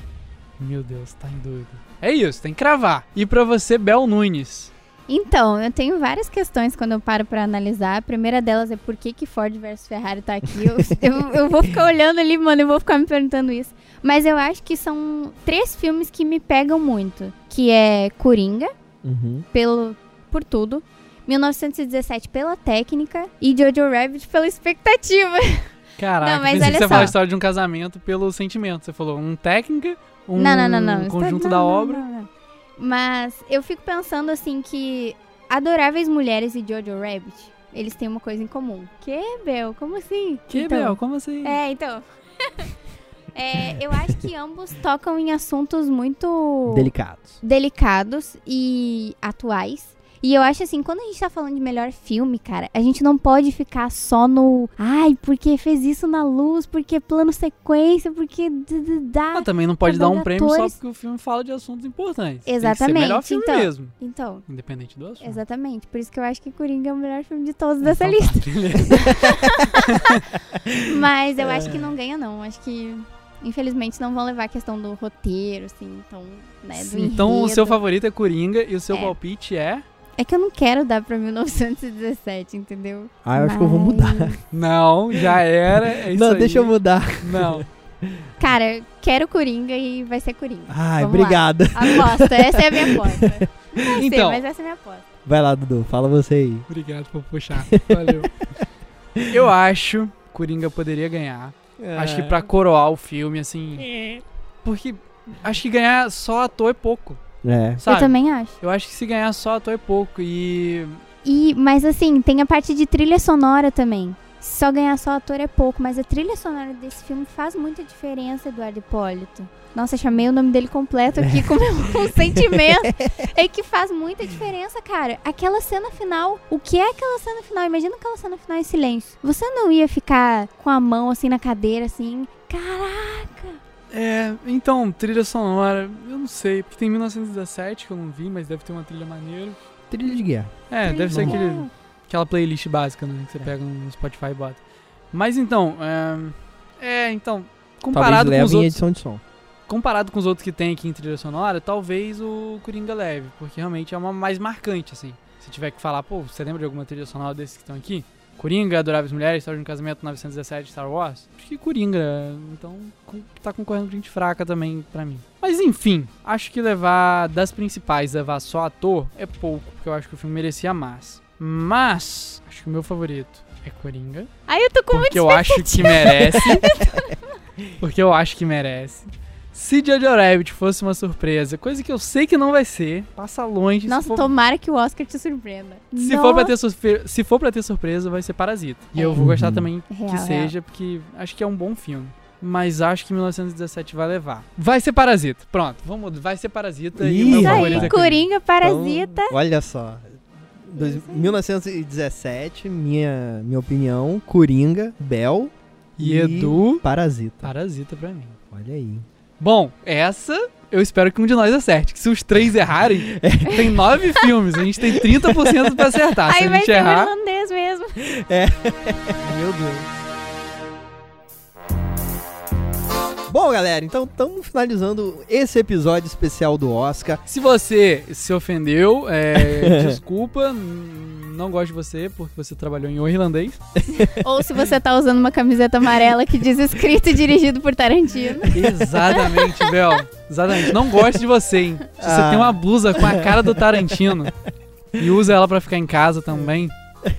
Speaker 2: Meu Deus, tá em dúvida. É isso, tem que cravar. E pra você, Bel Nunes.
Speaker 3: Então, eu tenho várias questões quando eu paro pra analisar. A primeira delas é por que, que Ford versus Ferrari tá aqui. Eu, eu- eu vou ficar olhando ali, mano, eu vou ficar me perguntando isso. Mas eu acho que são três filmes que me pegam muito. Que é Coringa,
Speaker 1: Uhum.
Speaker 3: pelo, por tudo. 1917 pela técnica e Jojo Rabbit pela expectativa.
Speaker 2: Caraca,
Speaker 3: Não, mas
Speaker 2: pensei que
Speaker 3: olha
Speaker 2: você falou a
Speaker 3: só.
Speaker 2: história de um casamento pelo sentimento. Você falou um técnica, um
Speaker 3: não, não, não, não. tá
Speaker 2: conjunto
Speaker 3: Não,
Speaker 2: da
Speaker 3: não,
Speaker 2: obra.
Speaker 3: não, não. Mas eu fico pensando assim que Adoráveis Mulheres e Jojo Rabbit, eles têm uma coisa em comum. Que, Bel? Como assim?
Speaker 2: Que,
Speaker 3: Então,
Speaker 2: Bel, como assim?
Speaker 3: É, então. É, eu acho que ambos tocam em assuntos muito
Speaker 1: Delicados.
Speaker 3: delicados e atuais. E eu acho assim, quando a gente tá falando de melhor filme, cara, a gente não pode ficar só no. Ai, porque fez isso na luz, porque plano sequência, porque. d- d- dá.
Speaker 2: Mas também não pode dar um
Speaker 3: Trabalhadores.
Speaker 2: prêmio só porque o filme fala de assuntos importantes. Tem que ser
Speaker 3: tá Exatamente,
Speaker 2: melhor filme
Speaker 3: então.
Speaker 2: mesmo,
Speaker 3: Então,
Speaker 2: independente do assunto.
Speaker 3: exatamente. Por isso que eu acho que Coringa é o melhor filme de todos dessa
Speaker 2: Então tá,
Speaker 3: lista.
Speaker 2: beleza.
Speaker 3: Mas
Speaker 2: É.
Speaker 3: eu acho que não ganha, não. Acho que. Infelizmente não vão levar a questão do roteiro, assim, então, né, do
Speaker 2: então o seu
Speaker 3: enredo.
Speaker 2: favorito é Coringa e o seu
Speaker 3: É.
Speaker 2: palpite é
Speaker 3: É que eu não quero dar pra 1917, entendeu?
Speaker 1: Ah, eu acho que eu vou mudar.
Speaker 3: Mas-
Speaker 2: Não, já era. É isso
Speaker 1: não,
Speaker 2: aí.
Speaker 1: deixa eu mudar.
Speaker 2: Não.
Speaker 3: Cara, quero Coringa e vai ser Coringa.
Speaker 1: Ai,
Speaker 3: Vamos lá.
Speaker 1: obrigada.
Speaker 3: Aposta, essa é a minha aposta. Vai ser,
Speaker 2: Então.
Speaker 3: mas essa é a minha aposta.
Speaker 1: Vai lá, Dudu, fala você aí.
Speaker 2: Obrigado por puxar. Valeu. Eu acho Coringa poderia ganhar. Acho que pra coroar o filme, assim. Porque acho que ganhar só ator é pouco,
Speaker 1: É.
Speaker 3: Eu
Speaker 2: sabe?
Speaker 3: também acho.
Speaker 2: Eu acho que se ganhar só ator é pouco. E.
Speaker 3: E, mas assim, tem a parte de trilha sonora também. Só ganhar só ator é pouco, mas a trilha sonora desse filme faz muita diferença, Eduardo Hipólito. Nossa, chamei o nome dele completo aqui com o meu com sentimento. É que faz muita diferença, cara. Aquela cena final, o que é aquela cena final? Imagina aquela cena final em silêncio. Você não ia ficar com a mão assim na cadeira, assim, caraca.
Speaker 2: É, então, trilha sonora, eu não sei, porque tem 1917 que eu não vi, mas deve ter uma trilha maneira.
Speaker 1: Trilha de guerra.
Speaker 2: É, deve ser
Speaker 1: Normal.
Speaker 2: aquele, aquela playlist básica, né? Que você pega no Spotify e bota. Mas então, é, é, então,
Speaker 1: Talvez
Speaker 2: comparado com
Speaker 1: leve
Speaker 2: os
Speaker 1: em
Speaker 2: outros,
Speaker 1: edição de som.
Speaker 2: comparado com os outros que tem aqui em trilha sonora, talvez o Coringa leve, porque realmente é uma mais marcante assim. Se tiver que falar, pô, você lembra de alguma trilha sonora desses que estão aqui? Coringa, Adoráveis Mulheres, História de um Casamento 917, Star Wars. Acho que Coringa, então com- tá concorrendo com gente fraca também pra mim. Mas enfim, acho que levar das principais, levar só ator é pouco, porque eu acho que o filme merecia mais. Mas, acho que o meu favorito é Coringa.
Speaker 3: Aí eu tô com
Speaker 2: Porque
Speaker 3: muita
Speaker 2: eu acho que
Speaker 3: expectativa.
Speaker 2: merece. porque eu acho que merece. Se Jojo Rabbit fosse uma surpresa, coisa que eu sei que não vai ser, passa longe. se
Speaker 3: Nossa,
Speaker 2: for,
Speaker 3: tomara que o Oscar te surpreenda.
Speaker 2: se, for pra
Speaker 3: Nossa.
Speaker 2: ter surpre- se for pra ter surpresa, vai ser Parasita. E eu vou
Speaker 1: Uhum.
Speaker 2: gostar também
Speaker 3: Real,
Speaker 2: que
Speaker 3: real.
Speaker 2: seja, porque acho que é um bom filme. Mas acho que 1917 vai levar. Vai ser Parasita. Pronto, vamos, mudar. vai ser Parasita. e o
Speaker 1: Ih,
Speaker 2: meu
Speaker 3: Isso
Speaker 2: favorito é
Speaker 3: Tá aí,
Speaker 2: Coringa.
Speaker 3: Coringa, Parasita.
Speaker 1: Então, olha só. Dois-
Speaker 3: Isso aí.
Speaker 1: 1917, minha, minha opinião, Coringa, Bel
Speaker 2: E Edu,
Speaker 1: Parasita.
Speaker 2: Parasita pra mim.
Speaker 1: Olha aí.
Speaker 2: Bom, essa eu espero que um de nós acerte. Que se os três errarem,
Speaker 1: É.
Speaker 2: tem nove filmes. A gente tem 30% pra acertar. Se
Speaker 3: Aí
Speaker 2: a
Speaker 3: vai
Speaker 2: gente
Speaker 3: ser
Speaker 2: errar.
Speaker 3: o irlandês mesmo.
Speaker 2: Meu Deus.
Speaker 1: Bom, galera, então estamos finalizando esse episódio especial do Oscar.
Speaker 3: um.
Speaker 2: Se você se ofendeu, é, desculpa. n- Não gosto de você porque você trabalhou em O Irlandês.
Speaker 3: Ou se você tá usando uma camiseta amarela que diz escrito e dirigido por Tarantino.
Speaker 2: Exatamente, Bel. Exatamente. Não gosto de você, hein? Se você
Speaker 1: Ah.
Speaker 2: tem uma blusa com a cara do Tarantino e usa ela pra ficar em casa também.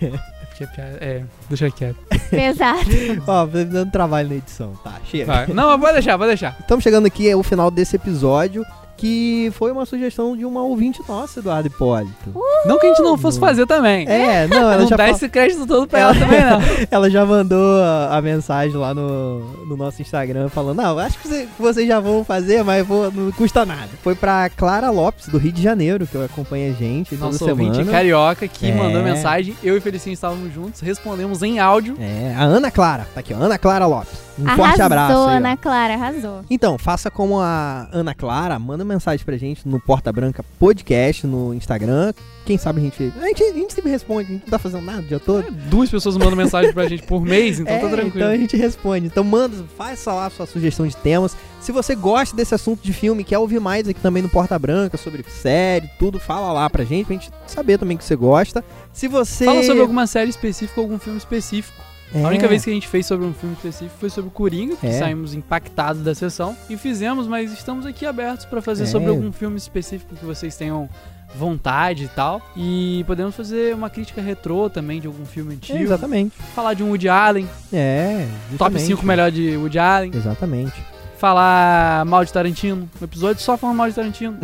Speaker 2: É porque é piada- É, deixa quieto.
Speaker 3: Pesado.
Speaker 1: Ó, tô dando trabalho na edição, tá? Chega.
Speaker 2: Vai. Não, mas pode deixar, pode deixar.
Speaker 1: Estamos chegando aqui ao final desse episódio, que foi uma sugestão de uma ouvinte nossa, Eduardo Hipólito.
Speaker 2: Não que a gente não fosse fazer também.
Speaker 1: É, não, ela
Speaker 2: não
Speaker 1: já
Speaker 2: dá
Speaker 1: fa-
Speaker 2: esse crédito todo pra ela também, não.
Speaker 1: Ela já mandou a, a mensagem lá no, no nosso Instagram falando: Não, acho que você- que vocês já vão fazer, mas vou- não custa nada. Foi pra Clara Lopes, do Rio de Janeiro, que acompanha a gente toda
Speaker 2: Nosso
Speaker 1: semana.
Speaker 2: ouvinte carioca que
Speaker 1: É.
Speaker 2: mandou mensagem. Eu e Felicinho estávamos juntos, respondemos em áudio.
Speaker 1: É, a Ana Clara, tá aqui, ó, Ana Clara Lopes. Um forte
Speaker 3: arrasou,
Speaker 1: abraço. aí, ó.
Speaker 3: Ana Clara, arrasou.
Speaker 1: Então, faça como a Ana Clara, manda mensagem pra gente no Porta Branca Podcast, no Instagram. Quem sabe a gente. A gente, a gente sempre responde, a gente não tá fazendo nada o dia todo.
Speaker 2: Duas pessoas mandam mensagem pra gente por mês, então
Speaker 1: É,
Speaker 2: tá tranquilo.
Speaker 1: então a gente responde. Então manda, faça lá a sua sugestão de temas. Se você gosta desse assunto de filme, quer ouvir mais aqui também no Porta Branca, sobre série, tudo, fala lá pra gente, pra gente saber também que você gosta. Se você.
Speaker 2: Fala sobre alguma série específica, algum filme específico.
Speaker 1: É.
Speaker 2: A única vez que a gente fez sobre um filme específico foi sobre o Coringa, que
Speaker 1: É.
Speaker 2: saímos impactados da sessão e fizemos, mas estamos aqui abertos pra fazer
Speaker 1: É.
Speaker 2: sobre algum filme específico que vocês tenham vontade e tal. E podemos fazer uma crítica retrô também de algum filme
Speaker 1: É,
Speaker 2: antigo.
Speaker 1: exatamente.
Speaker 2: falar de um Woody Allen,
Speaker 1: É.
Speaker 2: top
Speaker 1: justamente.
Speaker 2: 5 melhor de Woody Allen.
Speaker 1: Exatamente.
Speaker 2: falar mal de Tarantino. Um episódio só falando mal de Tarantino.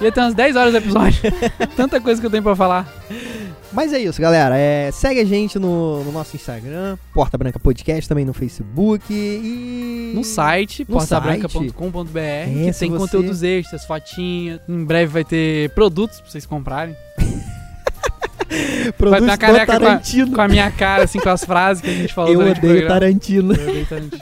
Speaker 2: Ia ter umas 10 horas de episódio. Tanta coisa que eu tenho pra falar.
Speaker 1: Mas é isso, galera. É, segue a gente no, no nosso Instagram, Porta Branca Podcast, também no Facebook e.
Speaker 2: No site,
Speaker 1: Hum. No É,
Speaker 2: portabranca.com.br, que
Speaker 1: se você-
Speaker 2: tem conteúdos extras, fotinhas. Em breve vai ter produtos pra vocês comprarem.
Speaker 1: Produz
Speaker 2: Vai ter uma caneca com a-
Speaker 1: Tarantino.
Speaker 2: Com a minha cara, assim, com as frases que a gente falou
Speaker 1: Eu
Speaker 2: durante
Speaker 1: odeio
Speaker 2: o programa.
Speaker 1: Tarantino.
Speaker 2: Eu odeio Tarantino.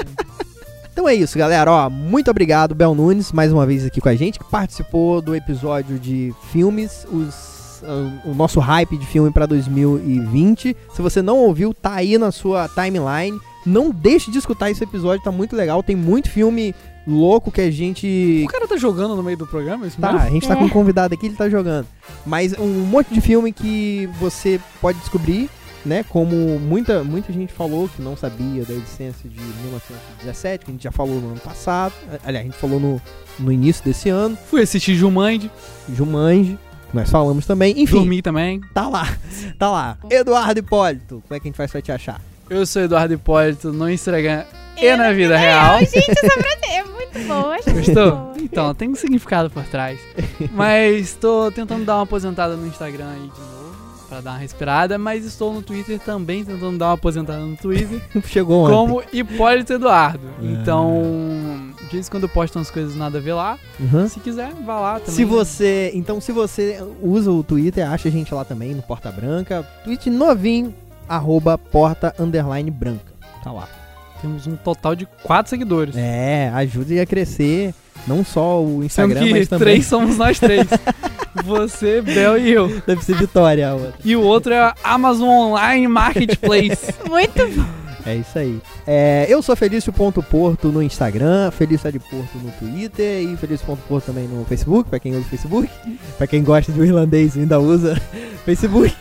Speaker 1: Então é isso, galera. Ó, muito obrigado, Bel Nunes, mais uma vez aqui com a gente, que participou do episódio de filmes, os- ah, o nosso hype de filme pra 2020. Se você não ouviu, tá aí na sua timeline. Não deixe de escutar esse episódio, tá muito legal. Tem muito filme louco que a gente.
Speaker 2: O cara tá jogando no meio do programa? Isso
Speaker 1: Tá,
Speaker 2: mesmo?
Speaker 1: a gente tá
Speaker 3: É.
Speaker 1: com um convidado aqui, ele tá jogando. Mas um monte de filme que você pode descobrir, né? Como muita, muita gente falou que não sabia da licença de 1917, que a gente já falou no ano passado. Aliás, a gente falou no, no início desse ano.
Speaker 2: Fui assistir Jumanji,
Speaker 1: Jumanji, que nós falamos também. Enfim,
Speaker 2: dormi também.
Speaker 1: tá lá. Tá lá. Eduardo Hipólito, como é que a gente faz pra te achar?
Speaker 2: Eu sou Eduardo Hipólito no Instagram e na vida real.
Speaker 3: Gente, essa frase é muito boa. Acho muito
Speaker 2: Gostou?
Speaker 3: boa.
Speaker 2: Então, tem um significado por trás. Mas tô tentando dar uma aposentada no Instagram aí de novo, pra dar uma respirada. Mas estou no Twitter também tentando dar uma aposentada no Twitter,
Speaker 1: Chegou ontem.
Speaker 2: como Hipólito Eduardo.
Speaker 1: Ah.
Speaker 2: Então, de vez em quando eu posto umas coisas nada a ver lá.
Speaker 1: Uhum.
Speaker 2: Se quiser, vá lá também. né?
Speaker 1: Se você. Então, se você usa o Twitter, acha a gente lá também, no Porta Branca. Tweet novinho, arroba porta underline branca. Tá lá.
Speaker 2: Temos um total de quatro seguidores.
Speaker 1: É, ajude a crescer. Não só o
Speaker 2: Sendo
Speaker 1: Instagram,
Speaker 2: que
Speaker 1: mas também.
Speaker 2: três somos nós três. Você, Bel e eu.
Speaker 1: Deve ser Vitória a outra.
Speaker 2: E o outro é a Amazon Online Marketplace.
Speaker 3: Muito bom.
Speaker 1: É isso aí. É, eu sou Felício.porto no Instagram, Felício é de Porto no Twitter e Felício.porto também no Facebook, pra quem usa o Facebook. Pra quem gosta de irlandês e ainda usa Facebook.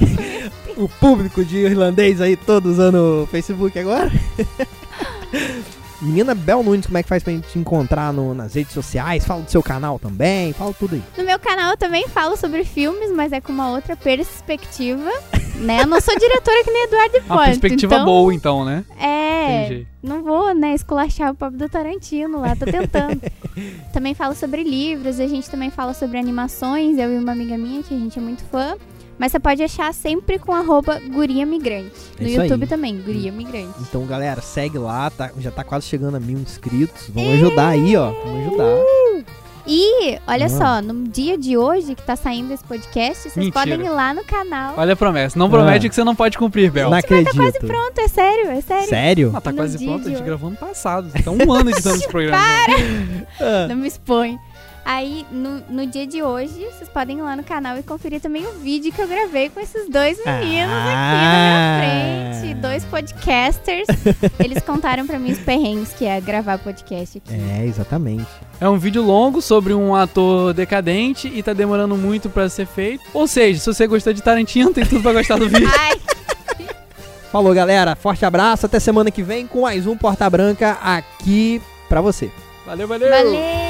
Speaker 1: o público de irlandês aí todo usando o Facebook agora. Menina Bel Nunes, como é que faz pra gente te encontrar no- nas redes sociais? Fala do seu canal também, fala tudo aí.
Speaker 3: No meu canal eu também falo sobre filmes, mas é com uma outra perspectiva, né? Eu não sou diretora que nem Eduardo Hipólito.
Speaker 2: Uma perspectiva
Speaker 3: então,
Speaker 2: boa, então, né?
Speaker 3: É,
Speaker 2: Entendi.
Speaker 3: não vou, né, esculachar o pobre do Tarantino lá, tô tentando. também falo sobre livros, a gente também fala sobre animações, eu e uma amiga minha, que a gente é muito fã. Mas você pode achar sempre com arroba guria migrante.
Speaker 1: É
Speaker 3: No
Speaker 1: isso aí.
Speaker 3: YouTube tá- também, guria migrante.
Speaker 1: Então, galera, segue lá, tá- já tá quase chegando a mil inscritos. Vamos ajudar aí, ó. Vamos ajudar.
Speaker 3: E, olha
Speaker 1: Ah.
Speaker 3: só, no dia de hoje que tá saindo esse podcast, vocês
Speaker 2: Mentira.
Speaker 3: podem ir lá no canal.
Speaker 2: Olha a promessa. Não promete que você não pode cumprir, Bel.
Speaker 1: Não acredito.
Speaker 3: Quase pronto, é sério, é sério.
Speaker 1: Sério?
Speaker 2: Ah, tá
Speaker 3: No
Speaker 2: quase
Speaker 3: dia
Speaker 2: pronto. A
Speaker 3: de
Speaker 2: gente
Speaker 3: hoje.
Speaker 2: gravou ano passado. Tá um ano editando esse programa. né?
Speaker 1: Ah.
Speaker 3: Não me expõe. Aí, no, no dia de hoje, vocês podem ir lá no canal e conferir também o vídeo que eu gravei com esses dois meninos aqui na minha frente. Dois podcasters. Eles contaram pra mim os perrengues que é gravar podcast aqui.
Speaker 1: É, exatamente.
Speaker 2: É um vídeo longo sobre um ator decadente e tá demorando muito pra ser feito. Ou seja, se você gostou de Tarantino, tem tudo pra gostar do vídeo.
Speaker 3: Ai,
Speaker 1: Falou, galera. Forte abraço. Até semana que vem com mais um Porta Branca aqui pra você.
Speaker 2: Valeu,
Speaker 3: valeu!